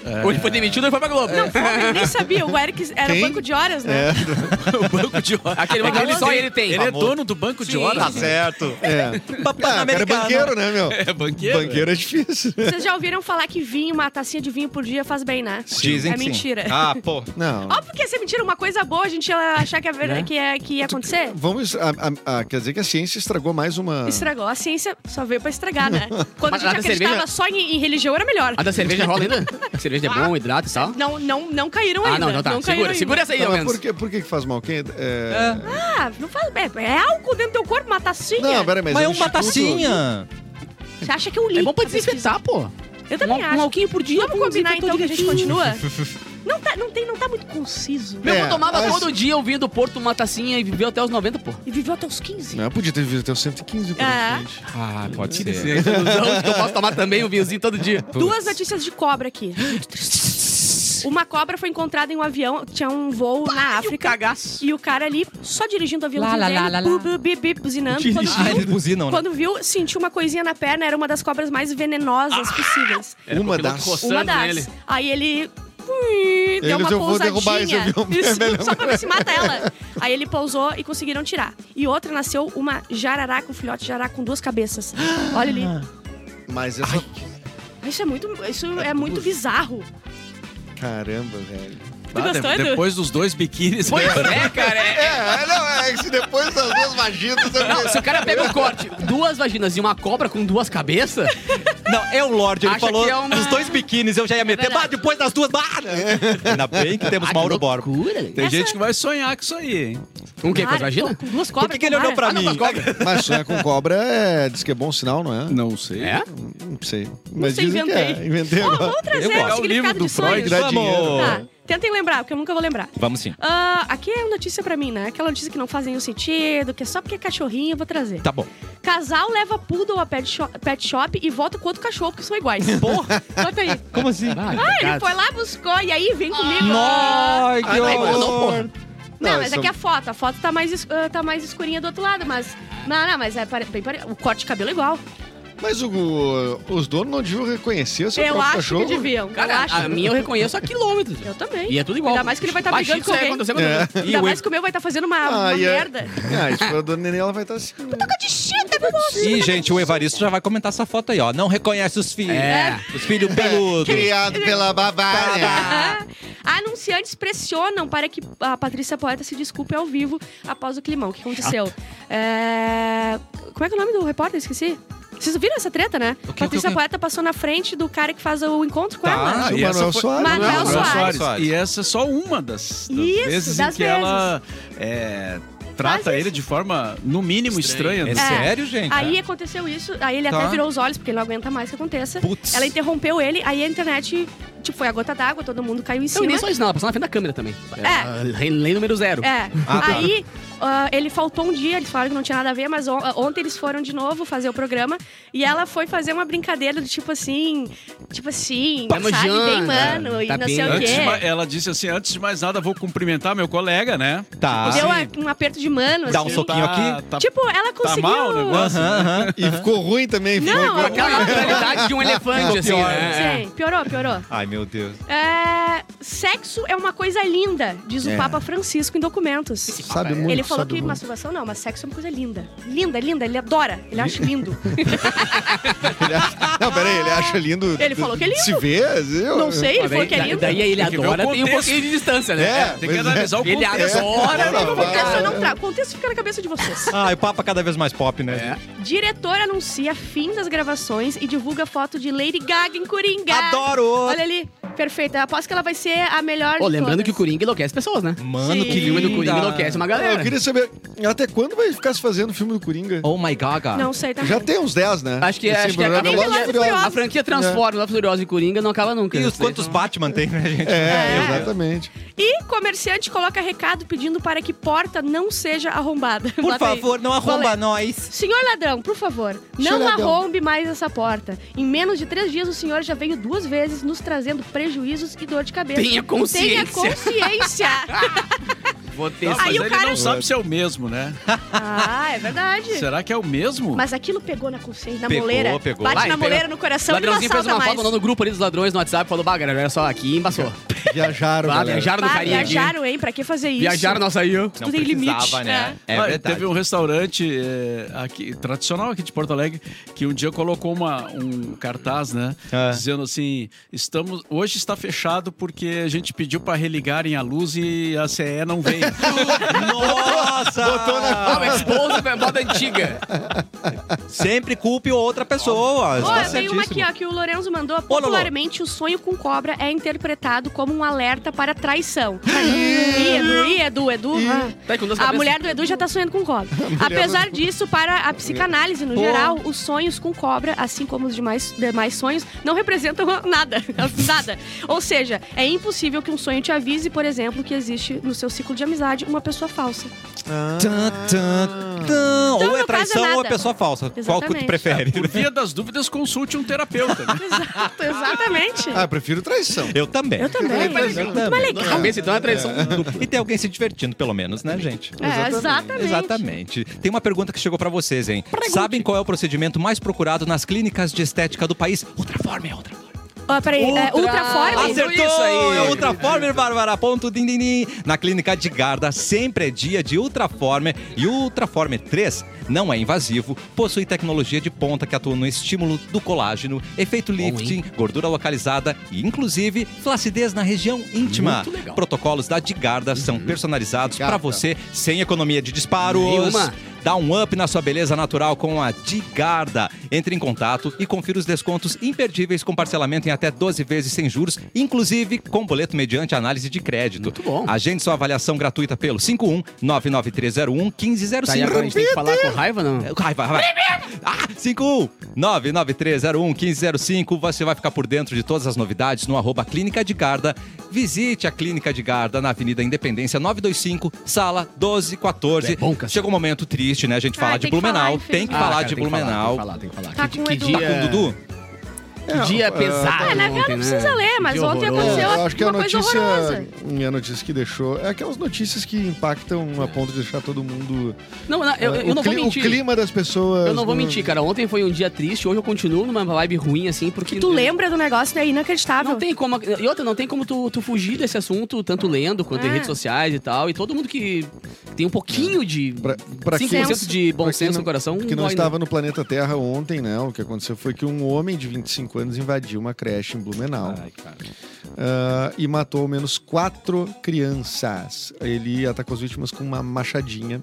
F: É.
B: Ou ele foi demitido e foi pra Globo.
C: Não, pô, eu nem sabia. O Eric era
F: Quem?
C: banco de horas, né?
D: o banco de horas.
C: É
B: Aquele banco que só ele tem.
D: Ele é dono do banco de horas. né?
A: certo.
F: É. Ah, o cara é banqueiro, né, meu?
D: É banqueiro.
F: Banqueiro é difícil.
C: Vocês já ouviram falar que vinho, uma tacinha de vinho por dia faz bem, né?
A: Dizem
C: é
A: que sim.
C: mentira.
A: Ah, pô.
F: Não.
C: Óbvio que ia ser mentira, uma coisa boa, a gente ia achar que, é ver-
B: Né?
C: que, é- que ia acontecer.
F: Vamos. a- a- a- quer dizer que a ciência estragou mais uma.
C: Estragou. A ciência só veio pra estragar, né? Quando a
B: é? Mas
C: gente
B: a da
C: acreditava
B: cerveja-
C: só em, em religião, era melhor.
B: A da cerveja rola ainda? A cerveja é bom, hidrato e tal?
C: Ah. Não, não, não caíram
B: Ah,
C: ainda.
B: não, então tá.
C: caíram
B: Segura,
C: ainda.
B: segura essa aí,
F: Não,
B: ao
F: mas por,
B: menos.
F: que, por que que faz mal? Quem, é...
C: Ah, não faz. É, é álcool dentro do teu corpo, uma tacinha.
F: Não, peraí, mas.
A: Mas é
F: um
A: uma
F: instituto-
A: tacinha.
C: Você acha que eu li?
B: É bom pra
C: a pesquisa?
B: desinfetar, pô.
C: Eu também
B: um,
C: acho.
B: Um alquinho por dia.
C: Vamos
B: pô,
C: combinar
B: desinfetou
C: então que a gente
B: direitinho.
C: continua? Não tá, não tem, não tá muito conciso.
B: Meu,
F: É,
B: eu tomava
F: mas-
B: todo dia, eu vinha do Porto uma tacinha e viveu até os 90, pô.
C: E viveu até os 15.
F: Não, podia ter vivido até os 115 por
C: É.
F: gente.
A: Ah, pode ser.
B: Tem essa ilusão de que eu posso tomar também um vinhozinho todo dia.
C: Duas notícias de cobra aqui. Uma cobra foi encontrada em um avião, tinha um voo na África.
B: Cagaço.
C: E o cara ali, só dirigindo o avião
E: Lá, lá, lá, lá, lá.
C: buzinando. Quando
A: Ah,
C: viu,
A: eles buzinam, né?
C: quando viu, sentiu uma coisinha na perna, era uma das cobras mais venenosas possíveis.
F: Uma
B: o piloto
F: das.
B: coçou.
C: Uma
B: Sangue
C: das.
B: nele.
C: Aí ele. ui, Deu
F: Ele
C: uma
F: disse, "Eu vou
C: pousadinha.
F: derrubar esse avião, é melhor
C: Isso, só pra ver se mata ela. Aí ele pousou e conseguiram tirar. E outra nasceu uma jararaca, um filhote de jararaca com duas cabeças. Olha ali.
F: Mas essa.
C: Isso é muito, isso é muito bizarro.
F: Caramba, velho.
C: Tá gostando?
D: Depois dos dois biquínis.
B: Pois é, cara. é-
F: É, não, é que se depois das duas magias.
B: Não, se o cara pega um corte, duas vaginas e uma cobra com duas cabeças,
A: Não, é o Lorde. Ele
B: Acha
A: falou
B: que é uma-
A: dos dois biquínis. Eu já ia meter.
C: verdade.
A: Bah, depois
E: ah,
A: das duas. Bah! Ainda bem que temos Mauro Borba.
B: loucura.
D: Tem gente que vai sonhar com isso aí, hein?
E: Com o quê? Com as
C: Claro,
E: vaginas?
C: com duas
A: Por
C: cobras.
A: que, que ele olhou
C: Ah,
A: pra mim?
F: Mas sonhar com cobra é, diz que é bom sinal, não é?
D: Não sei.
E: É?
F: Não sei. Mas
C: sei,
F: dizem que é.
C: inventei.
F: Inventei
C: Ó,
F: agora.
C: vamos trazer
A: gosto.
C: o significado de sonhos.
F: Freud né? dá
A: Vamos.
F: dinheiro.
C: Tá, tentem lembrar, porque eu nunca vou lembrar.
A: Vamos sim.
C: Ah, aqui é notícia pra mim, né? Aquela notícia que não faz nenhum sentido, que é só porque é cachorrinho, eu vou trazer.
A: Tá bom.
C: Casal leva poodle a pet shop, pet shop e volta com outro cachorro, porque são iguais. Porra! Bota aí.
A: Como assim?
C: Ah, ele foi lá, buscou, e aí vem comigo. Ah.
A: Nossa,
F: Ah,
A: que horror.
C: Não, mas
F: isso
C: aqui a foto. A foto tá mais, es- ah, tá mais escurinha do outro lado, mas... Não, não, mas é pare- bem pare- o corte de cabelo é igual.
F: Mas o- os donos não deviam reconhecer o seu
C: eu
F: próprio
C: acho
F: cachorro?
C: que deviam. eu
E: Cara,
C: acho.
E: a minha eu reconheço a quilômetros.
C: Eu também.
E: E é tudo igual.
C: Ainda mais que ele vai estar tá
E: Baixinho,
C: brigando com
E: isso aí
C: alguém.
E: aconteceu quando-
F: É.
C: Ainda mais que o meu vai estar fazendo uma, uma
F: Ah, e é-
C: merda.
F: Ah, se for a dona Nenê, ela vai estar assim.
A: Ih, gente, o Evaristo já vai comentar essa foto aí, ó. Não reconhece os filhos.
E: É.
A: Os filhos peludos.
F: Criado pela Bavária.
A: Ah.
C: Ah, Anunciantes pressionam para que a Patrícia Poeta se desculpe ao vivo após o climão. O que aconteceu?
A: Ah.
C: É, Como é que é o nome do repórter? Esqueci. Vocês viram essa treta, né?
A: O que, o que,
C: Patrícia
A: o que?
C: Poeta passou na frente do cara que faz o encontro com ela.
D: Ah,
A: Tá,
F: Mas o
A: e essa
F: Manuel
A: foi-
F: Soares.
C: Manuel
D: né?
F: Manuel
C: Soares.
A: Soares.
D: E essa é só uma das, das
C: Isso,
D: vezes
C: das
D: em que ela é, trata ele de forma, no mínimo, estranha.
A: É
D: né?
A: sério, gente? é.
C: Aí aconteceu isso, aí ele
A: Tá.
C: até virou os olhos, porque ele não aguenta mais que aconteça.
A: Putz.
C: Ela interrompeu ele, aí a internet, tipo, foi a gota d'água, todo mundo caiu em
E: Não, e
C: cima.
E: Então, nem só isso, não. Ela passou na frente da câmera também.
C: né?
E: Ah,
C: É.
E: Lei, lei número zero.
C: É.
A: Ah, tá.
C: Aí ah, ele faltou um dia, eles falaram que não tinha nada a ver, mas on- ah, ontem eles foram de novo fazer o programa e ela foi fazer uma brincadeira do tipo assim, tipo assim,
E: Tá
C: sabe,
E: nojando,
C: bem mano,
E: né?
C: e
E: Tá
C: não
E: bem.
C: sei É, o
D: Antes de ma-
C: quê.
D: ela disse assim, antes de mais nada, vou cumprimentar meu colega, né?
A: Tá.
C: Deu a- um aperto de mano,
A: Dá um
C: assim.
A: soco. Pouquinho
D: Tá-
A: aqui.
D: tá-
C: Tipo, ela conseguiu.
D: mal o negócio?
A: Aham, aham.
F: E ficou ruim também. ficou
C: Não,
F: igual.
E: Aquela naturalidade de um elefante, assim.
A: pior.
E: né?
C: Sim, piorou, piorou.
A: Ai, meu Deus.
C: É, sexo é uma coisa linda, diz o Papa Francisco em documentos.
F: Sabe é muito,
C: Ele falou
F: sabe
C: que
F: muito.
C: masturbação não, mas sexo é uma coisa linda. Linda, linda, ele adora, ele acha lindo.
F: Ele acha- Não, peraí, ele acha lindo.
C: Ah, Ele falou que é lindo.
F: Se vê, eu...
C: Não sei, ele
E: Mas
C: falou
E: daí,
C: que é lindo.
E: daí ele
D: Tem que ver o
E: adora, tem um
D: contexto.
E: pouquinho de distância, né?
F: É,
D: Tem que
F: pois é.
D: analisar o
E: Ele
D: contexto.
E: adora,
F: Não,
E: né?
F: não,
C: O contexto eu não trago. O contexto fica na cabeça de vocês.
A: Ah, e o Papa cada vez mais pop, né?
C: Diretor anuncia fim das gravações e divulga foto de Lady Gaga em Coringa.
A: Adoro!
C: Olha ali, perfeita. Aposto que ela vai ser a melhor.
E: Ô,
C: de
E: lembrando
C: todas.
E: que o Coringa enlouquece pessoas, né?
A: Mano,
C: Sim.
E: O
A: que
E: filme
A: lindo.
E: do Coringa enlouquece uma
F: Eu
E: galera.
F: queria saber, até quando vai ficar se fazendo filme do Coringa?
A: Oh my Gaga.
C: Não sei tá? também.
F: Já tem uns 10, né?
E: Acho que,
F: Esse
E: acho que a,
F: programa é
C: Velozes
F: Velozes
C: e
F: e Furiosos.
E: a franquia Transformers, Velozes e Furiosos e Coringa não acaba nunca.
A: E
E: né?
A: os quantos Batman tem, né, gente?
F: É,
C: É.
F: exatamente.
C: E comerciante coloca recado pedindo para que porta não seja arrombada.
A: Por
C: Bota aí.
A: favor, não arromba
C: Valeu.
A: nós.
C: Senhor ladrão, por favor, não
F: Senhor ladrão.
C: arrombe mais essa porta. Em menos de três dias, o senhor já veio duas vezes nos trazendo prejuízos e dor de cabeça.
E: Tenha consciência.
C: Tenha consciência.
E: Vou ter
D: Ah, mas
C: Aí o
D: ele
C: cara-
D: não sabe se é o mesmo, né?
C: ah, é verdade.
D: Será que é o mesmo?
C: Mas aquilo pegou na consciência, na
A: Pegou,
C: moleira.
A: pegou.
C: Bate
E: Vai,
C: na
E: pegou.
C: moleira, no
E: O
C: coração e não
E: ladrãozinho fez
C: assalta
E: uma
C: mais.
E: foto mandou no grupo ali dos ladrões no WhatsApp, falou, bah, galera, olha só, aqui embaçou.
F: Viajaram,
E: Bah,
F: galera.
E: viajaram no
C: Bah,
E: carinha aqui.
C: viajaram, hein? Pra que fazer isso?
E: Viajaram, nossa, aí, ó.
A: Não
C: tem limite,
A: precisava, né?
C: né?
A: É
D: Ah,
A: verdade.
D: Teve um restaurante eh, aqui, tradicional aqui de Porto Alegre que um dia colocou uma- um cartaz, né?
A: É.
D: Dizendo assim: estamos, hoje está fechado porque a gente pediu para religarem a luz e a CE não veio.
A: um- Nossa!
E: Ah, mas esposa é moda antiga.
A: Sempre culpe outra pessoa.
C: Ó, é
A: Está
C: eu tenho uma aqui,
A: certíssimo.
C: ó, que o Lorenzo mandou.
A: Lolo.
C: Popularmente, o sonho com cobra é interpretado como um alerta para traição. Ih, Edu, ih, Edu, Edu. Ah.
E: Tá aí com duas
C: A
E: cabeças.
C: mulher do Edu já tá sonhando com cobra. Apesar disso, para a psicanálise no geral, os sonhos com cobra, assim como os demais, demais sonhos, não representam nada. nada. Ou seja, é impossível que um sonho te avise, por exemplo, que existe no seu ciclo de amizade uma pessoa falsa.
A: Tan, tan, tan.
C: Então,
A: ou é
C: no caso,
A: traição
C: é
A: ou é
C: nada.
A: pessoa falsa. Qual que tu
C: Exatamente.
A: prefere?
D: Por via das dúvidas, consulte um terapeuta. né?
C: Exato, exatamente.
F: Ah, eu prefiro traição.
A: Eu também.
C: Eu também. Muito mais legal.
E: Cabeça, então é traição.
A: E tem alguém se divertindo, pelo menos, né, gente?
C: É, exatamente.
A: Exatamente. Tem uma pergunta que chegou pra vocês, hein? Sabem qual é o procedimento mais procurado nas clínicas de estética do país? é Ultraformer, Ultraformer.
C: Ó, peraí, é, Ultraform.
E: Acertou
A: Acertou!
E: isso aí.
A: É Ultraformer, Bárbara. Ponto, din, din, din. Na clínica de Garda, sempre é dia de Ultraformer. E o Ultraformer 3 não é invasivo, possui tecnologia de ponta que atua no estímulo do colágeno, efeito lifting, gordura localizada e, inclusive, flacidez na região íntima.
E: Muito legal. Uhum.
A: Protocolos da Digarda são personalizados pra
F: Garda.
A: você, sem economia de disparos.
E: Nenhuma.
A: Dá um up na sua beleza natural com a Digarda. Entre em contato e confira os descontos imperdíveis com parcelamento em até 12 vezes sem juros, inclusive com boleto mediante análise de crédito. Muito
E: bom.
A: Agende sua avaliação gratuita pelo 51 99301
E: Tá, e
A: 1505.
E: agora a gente tem que falar com raiva, não?
A: Vai, vai, vai. Ah, 51993011505. Você vai ficar por dentro de todas as novidades no arroba Clínica de Garda. Visite a Clínica de Garda na Avenida Independência 925, sala 1214.
E: É bom, cara.
A: Chegou um momento triste, né? A gente
C: Ah,
A: falar de
C: tem que falar,
A: Blumenau.
C: infelizmente.
A: tem que
E: Ah,
A: falar
E: cara,
A: de
E: tem que falar,
A: Blumenau.
E: tem que falar, tem
C: Tá
E: que falar.
C: com o
E: que
C: Edu.
E: dia,
A: Com o Dudu?
E: que dia
F: É,
E: pesado.
C: É, na real,
E: ontem,
C: não precisa
E: né?
C: ler,
E: Que
C: mas
E: dia
C: ontem
E: horroroso.
C: aconteceu
F: eu acho que é a
C: uma coisa
F: notícia,
C: horrorosa.
F: a notícia que deixou é aquelas notícias que impactam a ponto de deixar todo mundo. né?
E: Não, não, eu, eu
F: É, o
E: não vou
F: cli-
E: mentir.
F: O clima das pessoas.
E: Eu não vou
F: no-
E: mentir, cara. Ontem foi um dia triste, hoje eu continuo numa vibe ruim, assim, porque.
C: Tu lembra do negócio, né? Inacreditável.
E: Ah, Não tem como. E outra, não tem como tu, tu fugir desse assunto, tanto lendo quanto em
C: É.
E: redes sociais e tal. E todo mundo que tem um pouquinho de.
F: É. Pra, pra quem-
E: 5% de bom
F: pra quem
E: senso
F: não-
E: no coração.
F: Que não
E: dói, né?
F: estava no planeta Terra ontem, né? O que aconteceu foi que um homem de 25 anos invadiu uma creche em Blumenau ah, e matou ao menos quatro crianças. Ele atacou as vítimas com uma machadinha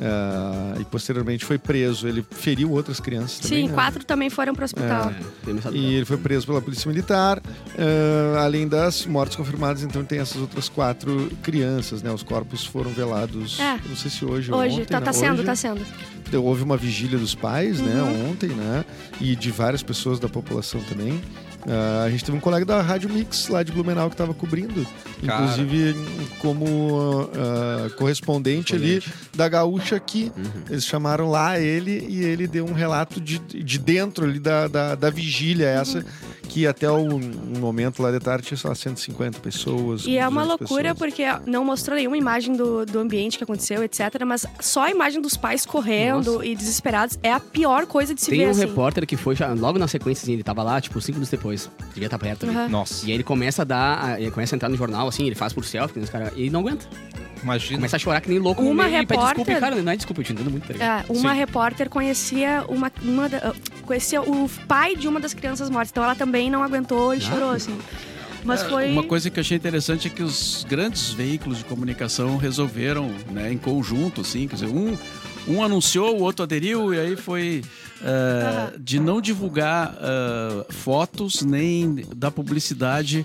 F: ah, e posteriormente foi preso. Ele feriu outras crianças também.
C: Sim,
F: né?
C: quatro também foram pro hospital.
F: É,
E: Tem essa-
F: E ele foi preso pela polícia militar. ah, além das mortes confirmadas, então tem essas outras quatro crianças, né? Os corpos foram velados.
C: É.
F: Não sei se hoje ou
C: Hoje,
F: ontem,
C: tá,
F: né?
C: tá sendo,
F: Hoje.
C: tá sendo.
F: Então, Houve uma vigília dos pais, né,
C: Uhum.
F: ontem, né? E de várias pessoas da população também. Ah, a gente teve um colega da Rádio Mix lá de Blumenau que estava cobrindo,
A: Cara.
F: inclusive como ah, correspondente ali da Gaúcha aqui.
A: Uhum.
F: Eles chamaram lá ele e ele deu um relato de, de dentro ali da, da, da vigília
C: Uhum.
F: essa, que até o um momento lá de tarde tinha, sei lá, 150 pessoas.
C: E é uma
F: 200
C: loucura
F: pessoas.
E: É.
C: porque não mostrou nenhuma imagem do, do ambiente que aconteceu, etc. Mas só a imagem dos pais correndo e desesperados é a pior coisa de se
E: Tem
C: ver
E: um
C: assim.
E: repórter que foi já- logo na sequência, assim, ele tava lá, tipo, cinco minutos depois. Devia estar perto ali.
C: Aham.
A: Nossa,
E: E aí ele começa a dar. Ele começa a entrar no jornal, assim, ele faz por selfie, né, os cara, e não aguenta.
A: imagina.
E: Começa a chorar que nem louco.
C: Uma
E: no meio, e pede
C: repórter-
E: Desculpa, e, cara, não é desculpa, eu te entendo muito. Tá ligado?
C: É, uma repórter conhecia uma, uma da- ah, conhecia o pai de uma das crianças mortas, então ela também não aguentou e chorou assim.
E: É,
C: Mas foi
D: Uma coisa que eu achei interessante é que os grandes veículos de comunicação resolveram, né, em conjunto, assim, quer dizer, um, um anunciou, o outro aderiu, e aí foi eh, de não divulgar eh, fotos nem da publicidade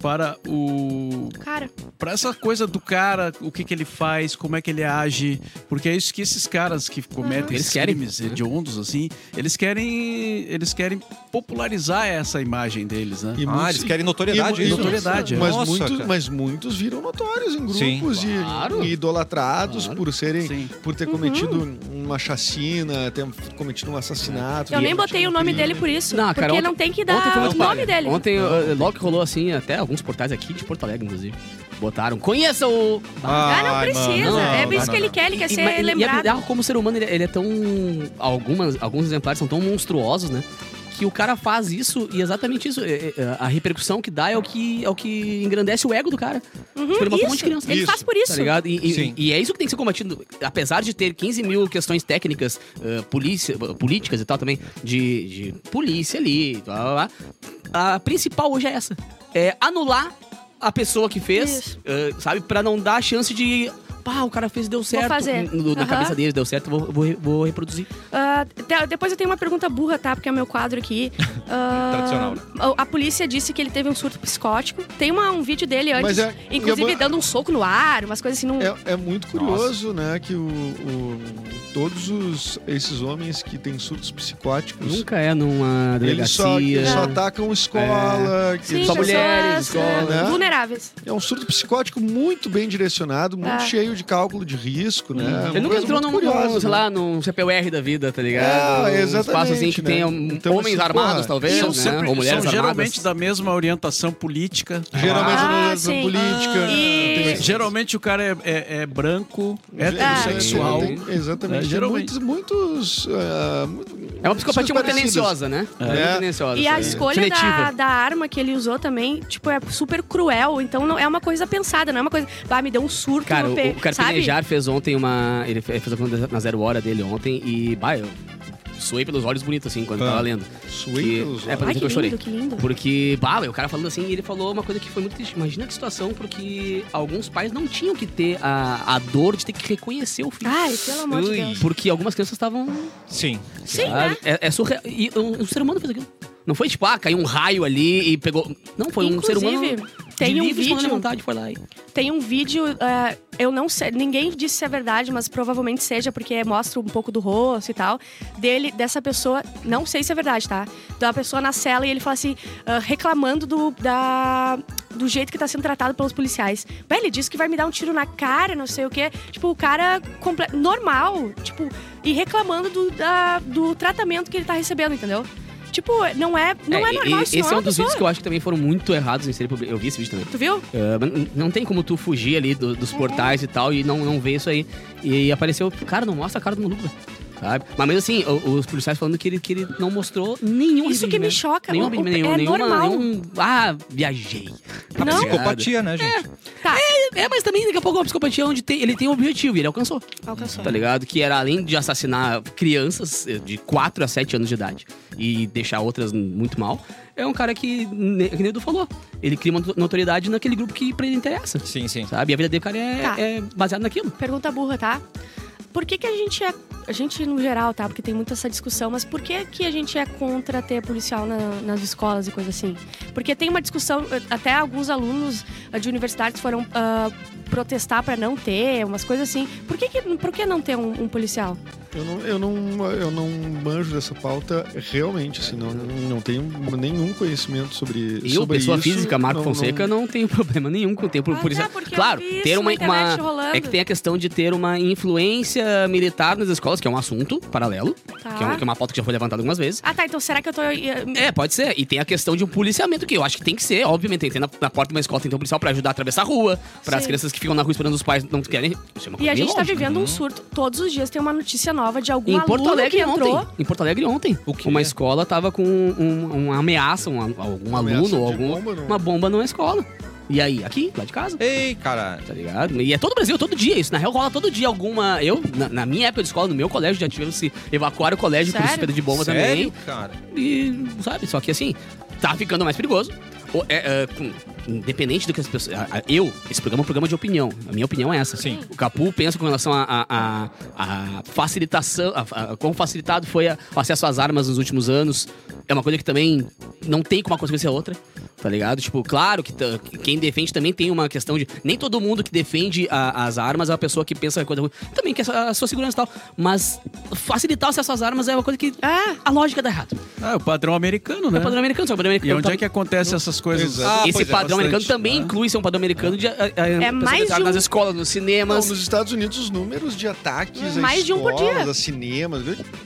D: para o
C: cara,
D: para essa coisa do cara, o que, que ele faz, como é que ele age, porque é isso que esses caras que cometem
E: Eles
D: esses
E: querem,
D: crimes
E: né?
D: hediondos assim, eles querem eles querem popularizar essa imagem deles, né?
F: E
A: Ah,
F: muitos-
A: eles querem notoriedade.
F: E- e-
A: hein?
D: notoriedade, é.
F: Mas,
A: Nossa,
F: muitos,
A: cara.
F: mas muitos viram notórios em
A: Sim.
F: grupos e,
E: Claro.
F: e idolatrados
E: Claro.
F: por serem
D: Sim.
F: por
C: Uhum.
F: ter cometido uma chacina, ter cometido um assassinato.
C: eu
F: ter
C: nem botei
F: cometido
C: o
F: um
C: nome
F: crime.
C: dele por isso,
E: Não,
C: porque
E: cara, ontem-
C: não tem que dar
E: Ontem foi
C: o
E: muito
C: nome
E: padre.
C: dele.
E: Ontem, eh, logo que rolou assim, até alguns portais aqui de Porto Alegre, inclusive, botaram. Conheça o.
C: Ah, não
A: Ai,
C: precisa.
A: mano,
C: é
A: não,
C: isso
A: não,
C: que ele
A: não.
C: quer, ele quer
E: E-
C: ser
E: mas- e- E é
C: lembrado.
E: bizarro como o ser humano, ele, ele é tão. Algumas, alguns exemplares são tão monstruosos, né? Que o cara faz isso e exatamente isso. é- é- A repercussão que dá é o que, é o que engrandece o ego do cara.
C: Uhum,
E: Tipo, ele matou um
C: isso.
E: monte de criança.
C: Ele
F: Isso.
C: faz por isso.
E: Tá ligado? E, e-
A: Sim.
E: e é isso que tem que ser combatido. Apesar de ter 15 mil questões técnicas, eh, polícia, políticas e tal também, de, de polícia ali, blá, blá, blá, a principal hoje é essa. É anular a pessoa que fez,
C: Isso.
E: eh, sabe? Pra não dar a chance de... Pá, o cara fez, deu certo.
C: fazer.
E: N- no- Na
C: Aham.
E: cabeça dele deu certo, vou, vou, re- vou reproduzir.
C: Ah, te- depois eu tenho uma pergunta burra, tá? Porque é o meu quadro aqui. Ah,
A: Tradicional, né?
C: A, a polícia disse que ele teve um surto psicótico. Tem uma- um vídeo dele antes,
F: Mas é-
C: inclusive
F: eu-
C: dando um soco no ar, umas coisas assim. Num...
F: É, é muito curioso, né, que o, o- todos os- esses homens que têm surtos psicóticos,
E: é numa
F: eles só, eles
E: tá
F: só atacam escola, que
C: Sim,
F: eles-
E: só
C: pessoas é,
E: mulheres, escola,
F: né?
C: vulneráveis.
F: É um surto psicótico muito bem direcionado, muito
C: É.
F: cheio de cálculo de risco, né? Uma
E: Ele nunca
F: coisa
E: entrou
F: muito
E: num,
F: curiosa,
E: num, sei
F: né?
E: lá, num CPUR da vida, tá ligado?
F: É,
E: Um
F: exatamente,
E: espaço assim que
F: né?
E: tenha
F: Então,
E: homens
F: assim,
E: armados,
F: porra,
E: talvez,
D: são
E: né?
D: sempre-
E: Ou mulheres
D: são geralmente
E: armadas.
D: da mesma orientação política.
F: Geralmente
C: Ah,
F: ah,
C: sim.
F: política.
C: E-
F: tem-
D: Geralmente o cara é, é- é branco,
F: Sexual.
D: heterossexual.
F: Exatamente.
D: É,
F: geralmente.
D: geralmente.
F: muitos. muitos ah,
E: É uma psicopatia muito
F: parecidas.
E: tendenciosa, né? É.
F: É.
E: Muito tendenciosa.
C: E a
E: É.
C: escolha da,
E: Seletiva.
C: da arma que ele usou também, tipo, é super cruel. Então não é uma coisa pensada, não é uma coisa. Ah, me deu um surto
E: Cara,
C: no
E: o, é
C: pe...
E: o Carpinejar fez ontem uma... Ele fe- fez a conta na zero hora dele ontem e... Bah, eu suei pelos olhos bonito, assim,
F: Ah.
E: quando tava lendo.
F: Suei
E: Que-
F: pelos
E: É, pra dizer
C: Ai, que
E: que eu chorei.
C: lindo, que lindo.
E: Porque, bah, o cara falando assim, ele falou uma coisa que foi muito triste. Imagina que situação, porque alguns pais não tinham que ter a, a dor de ter que reconhecer o filho.
C: Ai, pelo amor de Deus.
E: Porque algumas crianças estavam.
A: Sim.
C: Sim, né?
E: sabe? É, é surreal. E um, um ser humano fez aquilo. Não foi tipo, ah, caiu um raio ali e pegou. Não, foi um ser
C: Inclusive,
E: humano.
C: tem
E: de
C: um
E: livre e espontânea
C: vídeo-
E: vontade foi lá e.
C: Tem um vídeo, é, eu não sei, ninguém disse se é verdade, mas provavelmente seja, porque mostra um pouco do rosto e tal, dele, dessa pessoa, não sei se é verdade, tá? Da pessoa na cela e ele fala assim, ah, reclamando do, da, do jeito que tá sendo tratado pelos policiais. Bem, ele disse que vai me dar um tiro na cara, não sei o quê. Tipo, o cara comple- normal, tipo, e reclamando do, da- do tratamento que ele tá recebendo, entendeu? Tipo, não é, não é,
E: e-
C: normal,
E: e
C: isso
E: Esse
C: não
E: é
C: uma
E: um dos
C: pessoa.
E: vídeos que eu acho que também foram muito errados em ser public... Eu vi esse vídeo também.
C: Tu viu?
E: É, mas n- não tem como tu fugir ali do-
C: Uhum.
E: dos portais e tal e não, não ver isso aí. E apareceu, cara, não mostra a cara do maluco, velho. sabe? Mas mesmo assim, o- os policiais falando que ele, que ele não mostrou nenhum
C: Isso que me
E: arrependimento.
C: choca.
E: Nenhum,
C: O- o-
E: arrependimento, nenhum,
C: é
E: nenhuma-
C: normal.
E: nenhum- ah, viajei. Tá
C: Não.
A: Psicopatia, né, gente?
C: Tá,
E: É, mas também daqui a pouco é uma psicopatia onde tem- ele tem um objetivo e ele alcançou.
C: alcançou.
E: Tá ligado? Que era além de assassinar crianças eh, de 4 a 7 anos de idade e deixar outras muito mal, é um cara que, ne- que nem o Edu falou, ele cria uma no- notoriedade naquele grupo que pra ele interessa.
A: Sim, sim.
E: Sabe? E a vida dele, cara, é,
C: Tá.
E: é baseada naquilo.
C: Pergunta burra, tá? Por que, que a gente é. A gente, no geral, tá? Porque tem muita essa discussão, mas por que, que a gente é contra ter policial na- nas escolas e coisa assim? Porque tem uma discussão, eh, até alguns alunos eh, de universidades foram ah, protestar pra não ter, umas coisas assim. Por que, que, por que não ter um, um policial?
F: Eu não, eu, não, eu não manjo dessa pauta realmente, assim, não, não tenho nenhum conhecimento sobre,
E: Eu,
F: sobre
E: pessoa
F: isso.
E: física, Marco
F: Não-
E: Fonseca, não... tenho problema nenhum com o tempo. por isso. claro, ter uma. uma- É que tem a questão de ter uma influência militar nas escolas, que é um assunto paralelo, que, é uma, que é uma pauta que já foi levantada algumas vezes.
C: Ah, tá. Então será que eu tô. eh,
E: É, pode ser. E tem a questão de um policiamento, que eu acho que tem que ser, obviamente. Tem que ter na, na porta de uma escola, tem que ter um policial pra ajudar a atravessar a rua, pra as
C: Sim.
E: crianças que ficam na rua esperando os pais não querem. Isso é uma
C: E
E: coisa
C: a
E: bem
C: gente tá
E: lógica.
C: vivendo um surto. Todos os dias tem uma notícia nova de algum
E: Em
C: aluno
E: Porto Alegre
C: que entrou.
E: ontem. Em Porto Alegre ontem.
A: O quê?
E: Uma escola tava com um- uma ameaça, um, algum
F: Ameaça
E: aluno ou
F: de
E: algum,
F: bomba, não?
E: uma bomba numa escola. E aí, aqui, lá de casa.
A: Ei, cara.
E: Tá ligado? E é todo o Brasil, todo dia isso. Na real, rola todo dia alguma. Eu, na, na minha época de escola, no meu colégio, já tivemos se evacuar o colégio por
C: Sério?
E: suspeita de bomba também.
A: Sério, cara?
E: E, sabe, só que assim, tá ficando mais perigoso. O- é, é, com- independente do que as pessoas. a- a- eu, esse programa é um programa de opinião. A minha opinião é essa.
A: Sim.
E: O Capu pensa com relação à a, a- a facilitação. A, a- quão facilitado foi a- o acesso às armas nos últimos anos. É uma coisa que também não tem como uma coisa ser outra. Tá ligado? Tipo, claro que tá- quem defende também tem uma questão de. Nem todo mundo que defende a- as armas é uma pessoa que pensa em coisa ruim. Também quer a, a sua segurança e tal. Mas facilitar o acesso às armas é uma coisa que.
C: Ah,
E: A lógica dá errado.
D: Ah, o padrão americano,
E: É
D: né?
E: o padrão americano, só que o padrão
D: E
E: americano.
D: onde
E: tá-
D: é que acontece essas coisas?
F: Exato. Ah,
E: Esse
A: pois é,
E: padrão americano
D: bastante,
E: também
D: né?
E: inclui ser um padrão americano de.
C: É mais de um.
E: Nas escolas, nos
F: Não,
E: cinemas.
F: nos Estados Unidos, os números de ataques
C: Mais
F: a
C: de um por
F: escolas,
C: dia.
F: a cinemas,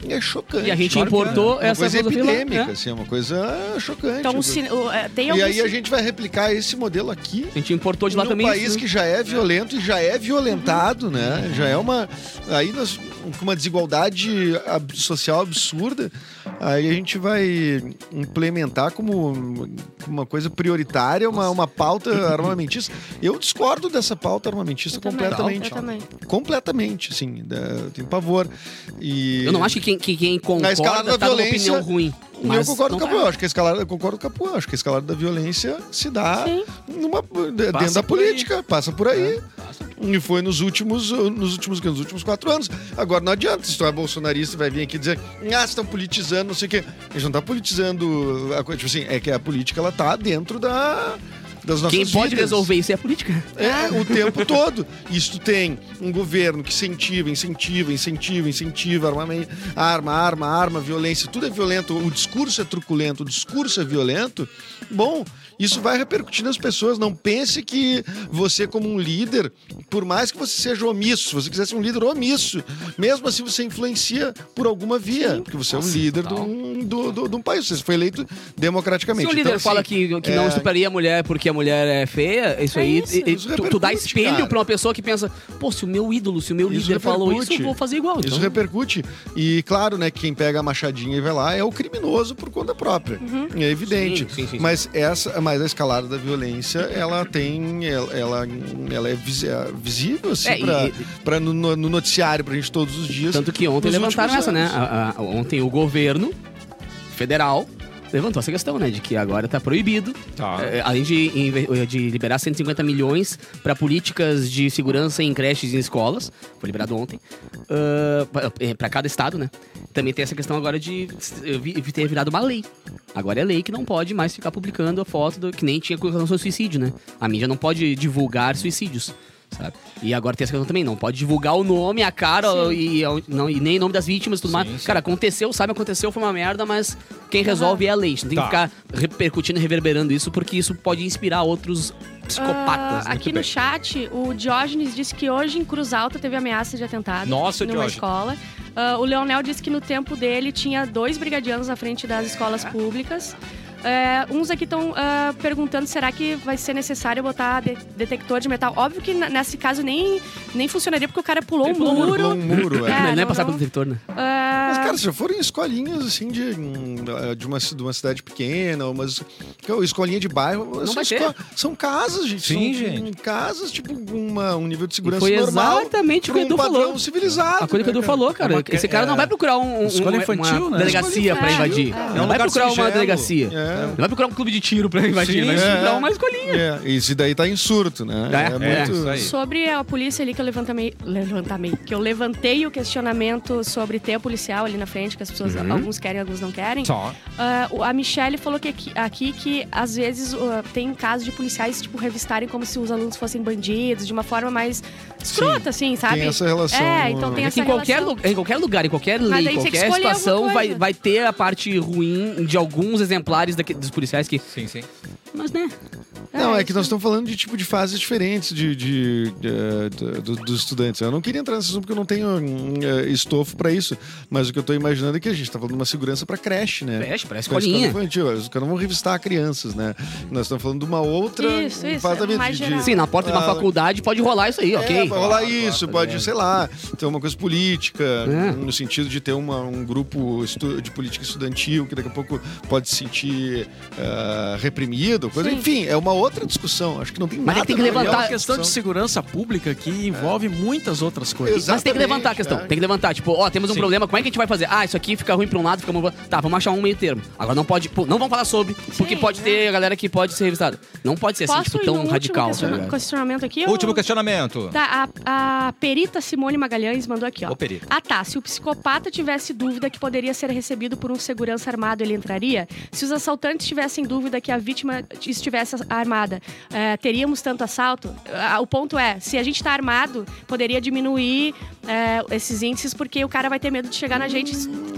F: é chocante.
E: E a gente
F: Claro que é.
E: importou essa
F: uma coisa
E: filosofia lá,
F: epidêmica,
E: né?
F: assim, é uma coisa chocante. né?
C: então se- o- é, tem
F: e
C: alguns
F: aí a gente vai replicar esse modelo aqui
E: A gente importou de lá
F: num
E: também.
F: país
E: isso, né?
F: que já é violento e já é violentado, né? Já é uma aí nós com uma desigualdade ab- social absurda, aí a gente vai implementar como uma coisa prioritária uma, uma pauta armamentista. Eu discordo dessa pauta armamentista
C: Eu também,
F: completamente,
C: eu também.
F: completamente, assim, da- eu tenho pavor. E
E: Eu não acho que quem, que quem
F: escalada
E: concorda
F: da
E: tá numa
F: violência,
E: opinião ruim.
F: E
E: Mas
F: eu concordo
E: não
F: com o
E: tá
F: Capu, eu acho que a escalada, eu concordo com o Capu, eu acho que a escalada da violência se dá
C: Sim.
F: numa-
D: Passa
F: de- dentro da
D: por aí.
F: política, passa por
E: É,
F: aí. E foi nos últimos, uh, nos últimos, nos últimos quatro anos. Agora não adianta, se tu é bolsonarista, vai vir aqui dizer, ah, vocês estão politizando, não sei o quê. A gente não tá politizando a coisa, tipo assim, é que a política ela tá dentro da, das nossas
E: Quem pode
F: vidas.
E: resolver isso é a política.
F: É, o tempo todo. Isso tem um governo que incentiva, incentiva, incentiva, incentiva, armamento, arma, arma, arma, violência, tudo é violento, o discurso é truculento, o discurso é violento. Bom, isso vai repercutir nas pessoas. Não pense que você, como um líder, por mais que você seja omisso, se você quiser ser um líder omisso, mesmo assim você influencia por alguma via, porque você é um líder de um, do, do, de um país, você foi eleito
E: Se
F: democraticamente.
E: o um líder
F: Então, assim,
E: fala que, que não
F: é,
E: estupraria a mulher porque a mulher é feia, isso
C: É
E: aí.
C: isso.
E: e- e
F: Isso
E: tu, tu dá
F: repercute,
E: espelho
F: cara.
E: pra uma pessoa que pensa, pô, se o meu ídolo, se o meu
F: Isso
E: líder falou isso,
F: repercute.
E: eu vou fazer igual.
F: Isso
E: então.
F: repercute. E claro, né, que quem pega a machadinha e vai lá é o criminoso por conta própria.
E: Uhum.
F: É evidente.
E: Sim, sim, sim, sim.
F: Mas essa, mas a escalada da violência, ela tem ela ela, ela é visi- visível assim
E: É, e-
F: pra-
E: e-
F: pra no, no noticiário pra gente todos os dias.
E: Tanto que ontem
F: Nos
E: levantaram
F: últimos
E: essa, né?
F: anos.
E: A- a- ontem o governo federal levantou essa questão, né? De que agora tá proibido.
A: Tá.
E: É, além de, inve- de liberar 150 milhões para políticas de segurança em creches e em escolas, foi liberado ontem, ah, para cada estado, né? Também tem essa questão agora de eh, vi- ter virado uma lei. Agora é lei que não pode mais ficar publicando a foto do que nem tinha com relação ao suicídio, né? A mídia não pode divulgar suicídios. Sabe? E agora tem essa questão também, não pode divulgar o nome, a cara e, a- não, e nem o nome das vítimas e tudo mais. Cara, aconteceu, sabe, aconteceu, foi uma merda, mas quem resolve é a lei. A gente não tem
A: Tá.
E: que ficar repercutindo e reverberando isso, porque isso pode inspirar outros
C: Ah,
E: psicopatas. né?
C: aqui no chat, o Diógenes disse que hoje em Cruz Alta teve ameaça de atentado
A: Nossa,
C: numa
A: Diógenes.
C: escola. Ah, o Leonel disse que no tempo dele tinha dois brigadianos na frente das escolas públicas. É, uns aqui estão ah, perguntando será que vai ser necessário botar de- detector de metal. Óbvio que n- nesse caso nem, nem funcionaria porque o cara pulou um muro.
F: Pulou um muro, é.
C: É.
E: Não, não é
C: não,
E: passar
C: não.
E: pelo detector, né?
C: Ah,
F: Mas, cara, se forem escolinhas, assim, de, hum, de, uma, de uma cidade pequena, umas que é uma escolinha de bairro, são,
E: vai ter.
F: esco- são casas, gente.
A: Sim,
F: são,
A: gente.
F: hum, Casas, tipo, uma, um nível de segurança
E: foi
F: normal.
E: exatamente o que
F: pra
E: o
F: um
E: Edu
F: padrão
E: falou.
F: civilizado.
E: A coisa que o
F: né,
E: Edu
F: cara?
E: falou, cara.
D: Uma-
E: Esse cara não vai procurar um, um,
D: Escola
E: uma-
D: infantil,
E: uma
D: né?
E: delegacia pra
C: Escola
E: invadir.
C: infantil, é.
E: Não vai
A: lugar
E: procurar uma
A: singelo.
E: delegacia.
F: É.
E: Não vai procurar um clube de tiro pra invadir, né?
F: Sim,
E: vai
F: é.
E: procurar uma escolinha.
F: É, e se daí tá em surto, né?
E: É, é,
A: isso aí.
C: Sobre a polícia ali que eu levantamei, levantamei, que eu levantei o questionamento sobre ter a policial ali na frente, que as pessoas, alguns querem, alguns não querem.
A: Só.
C: Ah, o- a Michelle falou que aqui, aqui que às vezes ah, tem casos de policiais tipo revistarem como se os alunos fossem bandidos, de uma forma mais escrota, assim, sabe?
F: Tem essa relação.
C: É, então tem
E: É que
C: essa
E: em qualquer,
C: relação.
E: lu- em qualquer lugar, em qualquer
C: Mas
E: lei,
C: aí
E: em
C: tem que
E: qualquer
C: escolher alguma
E: situação, vai,
C: coisa.
E: vai ter a parte ruim de alguns exemplares daque- dos policiais que.
A: Sim, sim.
E: Mas né?
F: Não, é que
C: isso.
F: nós estamos falando de tipo de fases diferentes de, de, eh, do- do- dos estudantes. Eu não queria entrar nesse assunto porque eu não tenho hum, eh, estofo para isso. Mas o que eu estou imaginando é que a gente está falando de uma segurança para creche, né?
E: Fecha, parece
F: Pra escola
E: É, escolinha.
F: infantil, os caras vão revistar crianças, né? Nós estamos falando de uma outra
C: Isso, isso,
F: fase da vida,
C: mais
F: de-
C: geral.
F: de-
E: Sim, na porta de uma
F: Ah,
E: faculdade pode rolar isso aí,
F: É,
E: ok?
F: vai rolar
D: tá
F: isso, pode, sei lá, ter uma coisa política,
E: É.
F: no sentido de ter uma- um grupo estu- de política estudantil que daqui a pouco pode se sentir ah, reprimido, coisa.
C: Sim.
F: Enfim, é uma outra discussão. Acho que não tem
E: Mas é
F: nada.
E: que tem que
F: a ver
E: levantar-
F: com
D: uma questão de segurança pública que envolve muitas outras coisas.
E: Mas tem que levantar a
F: Exatamente,
E: questão,
F: é.
E: tem que levantar. Tipo, ó, temos um
A: Sim.
E: problema, como é que a gente vai fazer? Ah, isso aqui fica ruim pra um lado, fica ruim pro outro. Tá, vamos achar um meio termo. Agora não pode, pô, não vamos falar sobre, porque
C: Sim,
E: pode
C: é.
E: ter a galera que pode ser revistada. Não pode ser assim,
C: Posso
E: tipo,
C: ir no
E: tão
C: último
E: radical. tá
C: questiona-
E: ligado?
C: questionamento aqui?
A: Último
C: ou-
A: questionamento.
C: Tá, a, a perita Simone Magalhães mandou aqui, ó.
A: Ô, perita.
C: Ah, tá. Se o psicopata tivesse dúvida que poderia ser recebido por um segurança armado, ele entraria? Se os assaltantes tivessem dúvida que a vítima estivesse armada, eh, teríamos tanto assalto? Ah, o ponto é, se a gente tá armado, poderia diminuir eh, esses índices, porque o cara vai ter medo de chegar na gente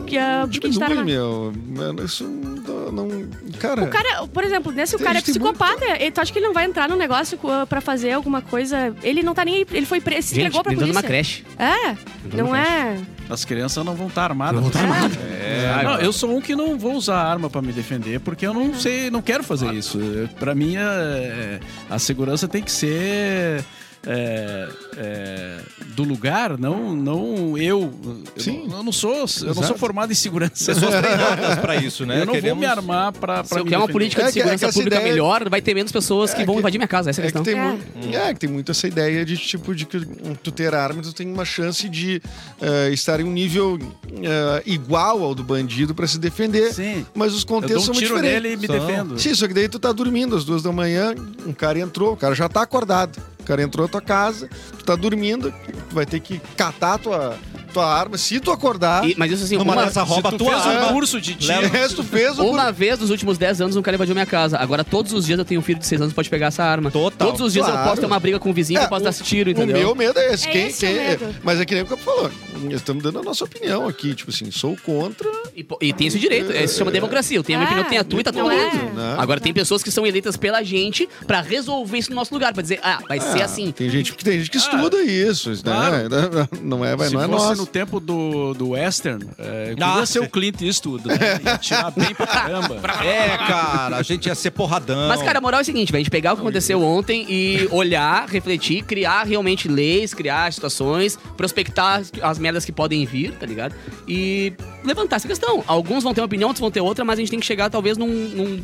C: que, ah, porque a gente tá
F: Diminui,
C: armado.
F: meu. Mano, isso não. não- cara,
C: O cara, por exemplo, né, se o
F: Tem
C: cara é
F: gente que tem
C: psicopata, ele, tu acha que ele não vai entrar no negócio ah, pra fazer alguma coisa? Ele não tá nem aí, ele foi preso, se
E: Gente,
C: entregou pra
E: entrando
C: polícia.
E: numa creche.
C: É,
E: Entrando
C: não
E: numa creche.
C: é.
D: As crianças não vão estar armadas. Não
A: É,
D: Não, eu sou um que não vou usar arma pra me defender, porque eu não sei, não quero fazer isso. Pra mim, é, a segurança tem que ser é, é, do lugar, não, não eu. Eu
F: Sim.
D: não- Eu não sou, eu não sou
F: Exato.
D: formado em segurança.
A: pessoas treinadas pra isso, né?
D: eu não vou
A: Queremos-
D: me armar pra, pra
E: Se eu
D: me
E: quer uma
D: defender.
E: política
F: É
E: de
F: que- é que
E: segurança
F: essa
E: pública
F: ideia-
E: melhor, vai ter menos pessoas que
F: é
E: vão
F: que-
E: invadir minha casa, essa é a
F: É que,
E: questão.
F: tem
C: É.
F: Muito, é que tem muito essa ideia de tipo de que tu ter arma, tu tem uma chance de eh, estar em um nível eh, igual ao do bandido pra se defender.
D: Sim.
F: Mas os
D: Eu dou
F: contextos
D: um
F: são muito
D: tiro
F: diferentes.
D: nele e me
A: São.
D: defendo.
F: Sim, só que daí tu tá dormindo às duas da manhã, um cara entrou, o cara já tá acordado. O cara entrou na tua casa, tu tá dormindo, tu vai ter que catar tua, tua arma. Se tu acordar,
E: E- mas isso assim,
A: Numa
E: uma,
A: dessa rouba a
D: Tu
A: tua
D: fez um
A: arma.
D: curso de tiro.
F: o resto fez o
E: uma vez nos últimos 10 anos um cara invadiu minha casa. Agora todos os dias eu tenho um filho de 6 anos que pode pegar essa arma.
A: Total,
E: Todos os dias eu
F: claro.
E: posso ter uma briga com o vizinho
F: É,
E: que eu posso dar esse tiro,
F: O
E: entendeu?
F: meu medo é esse.
C: É
F: quem,
C: esse o
F: quem-
C: medo.
F: Mas é que nem o que eu falou. Estamos dando a nossa opinião aqui, tipo assim, sou contra.
E: E, po- e tem esse direito, é, isso se chama democracia. Eu tenho a minha
C: É,
E: opinião, tem a tua e tá todo
C: não é?
E: mundo.
F: Né?
E: Agora, tem pessoas que são eleitas pela gente pra resolver isso no nosso lugar, pra dizer, ah, vai ser assim.
F: Tem gente que tem gente que estuda isso, né?
D: claro.
F: Não é, vai-
D: Se
F: não é
D: fosse
F: nosso.
D: no tempo do, do Western, é, eu
A: Ah,
D: queria ser
A: sim.
D: o Clint Eastwood, né? Ia tirar bem pra caramba.
A: É, cara, a gente ia ser porradão.
E: Mas, cara, a moral é o seguinte, velho, a gente pegar o que aconteceu ontem e olhar, refletir, criar realmente leis, criar situações, prospectar as- as merdas que podem vir, tá ligado? E levantar essa questão. Alguns vão ter uma opinião, outros vão ter outra, mas a gente tem que chegar talvez num, num,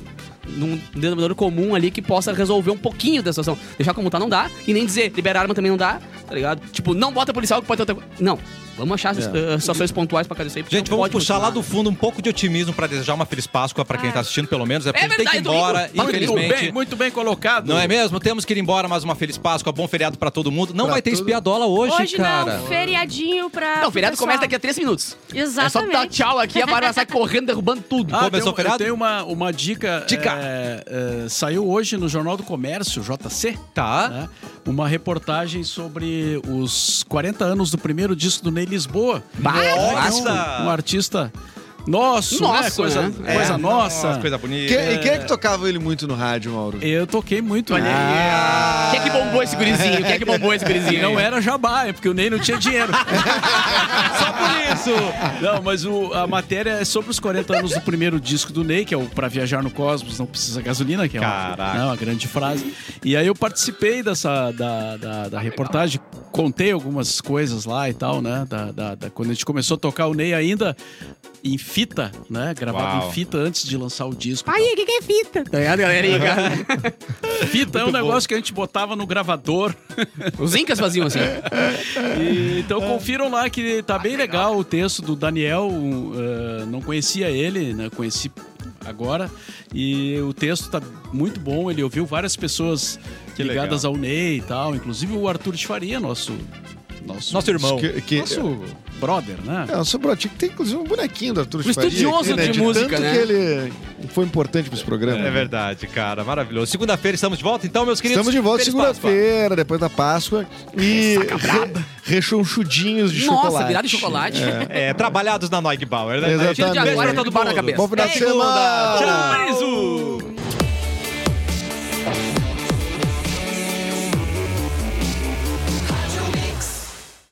E: num denominador comum ali que possa resolver um pouquinho da situação. Deixar como tá não dá, e nem dizer liberar arma também não dá, tá ligado? Tipo, não bota policial que pode ter outra coisa. Não. Vamos achar essas, eh, situações pontuais pra cada isso aí. porque
A: É.
E: é
A: Gente,
E: não
A: vamos
E: pode
A: puxar
E: continuar.
A: lá do fundo um pouco de otimismo pra desejar uma feliz Páscoa pra quem tá assistindo, pelo menos. É porque
E: É
A: a gente tem que ir
E: verdade,
A: embora,
E: domingo.
A: infelizmente.
D: Muito bem, muito bem colocado.
A: Não é mesmo? Temos que ir embora, mas uma feliz Páscoa, bom feriado pra todo mundo. Não
F: Pra
A: vai ter
F: todo-
A: espiadola hoje,
C: Hoje
A: cara.
C: não, feriadinho pra.
E: Não, o feriado
C: pro
E: começa daqui
C: pessoal.
E: a três minutos. É só tu
C: Exatamente.
E: dar tchau aqui, a Bárbara sai correndo, derrubando tudo.
D: Ah,
A: Começou
D: tem um-
A: o feriado?
D: Eu tenho uma, uma dica.
A: Dica.
D: é, é, saiu hoje no Jornal do Comércio, JC,
A: Tá.
D: né, uma reportagem sobre os 40 anos do primeiro disco do Ney Lisboa.
E: Bah,
D: Então, um artista nosso, né,
E: Nosso,
D: Coisa,
E: né?
A: É,
D: coisa nossa.
A: Coisa bonita.
F: Quem, e quem é que tocava ele muito no rádio, Mauro? Ah.
D: Eu toquei muito. Ah, Olha
E: O que é que bombou esse gurizinho? O que é que bombou esse
D: E
E: gurizinho?
D: não era jabá, é porque o Ney não tinha dinheiro.
A: Só por isso!
D: Não, mas o- a matéria é sobre os 40 anos do primeiro disco do Ney, que é o Pra Viajar no Cosmos Não Precisa Gasolina, que é uma,
A: Caraca.
D: né, uma grande frase. E aí eu participei dessa da, da- da reportagem, contei algumas coisas lá e tal, né? da- da- da- quando a gente começou a tocar o Ney ainda em fita, né? Gravado
A: Uau.
D: em fita antes de lançar o disco.
E: Aí, o que, que é fita? Tá ligado, galerinha?
D: Fita é um negócio que a gente botava no gravador.
E: Os incas faziam assim.
D: E, então confiram lá que tá bem legal o texto do Daniel. um, eh, não conhecia ele, né? Conheci agora. E o texto tá muito bom. Ele ouviu várias pessoas
A: Que
D: ligadas ao Ney e tal. Inclusive o Arthur de Faria, nosso. Nosso,
A: Nosso irmão.
F: Que, que,
D: Nosso brother, né?
F: É, o seu brotinho que tem inclusive um bonequinho do Arthur
E: Um estudioso de música,
F: tanto
E: né?
F: que ele foi importante para esse programa.
A: É verdade, cara. Maravilhoso. Segunda-feira estamos de volta, então, meus queridos.
F: Estamos de volta
A: Feliz Páscoa.
F: segunda-feira, depois da Páscoa. E re, rechonchudinhos de
E: Nossa,
F: chocolate.
E: virado de chocolate.
A: É, trabalhados na Neugbauer, né?
F: Exatamente.
E: Tira de agora, tá do bar na cabeça.
F: Bom final de
A: Segunda.
F: semana!
A: Tchau. Beijo.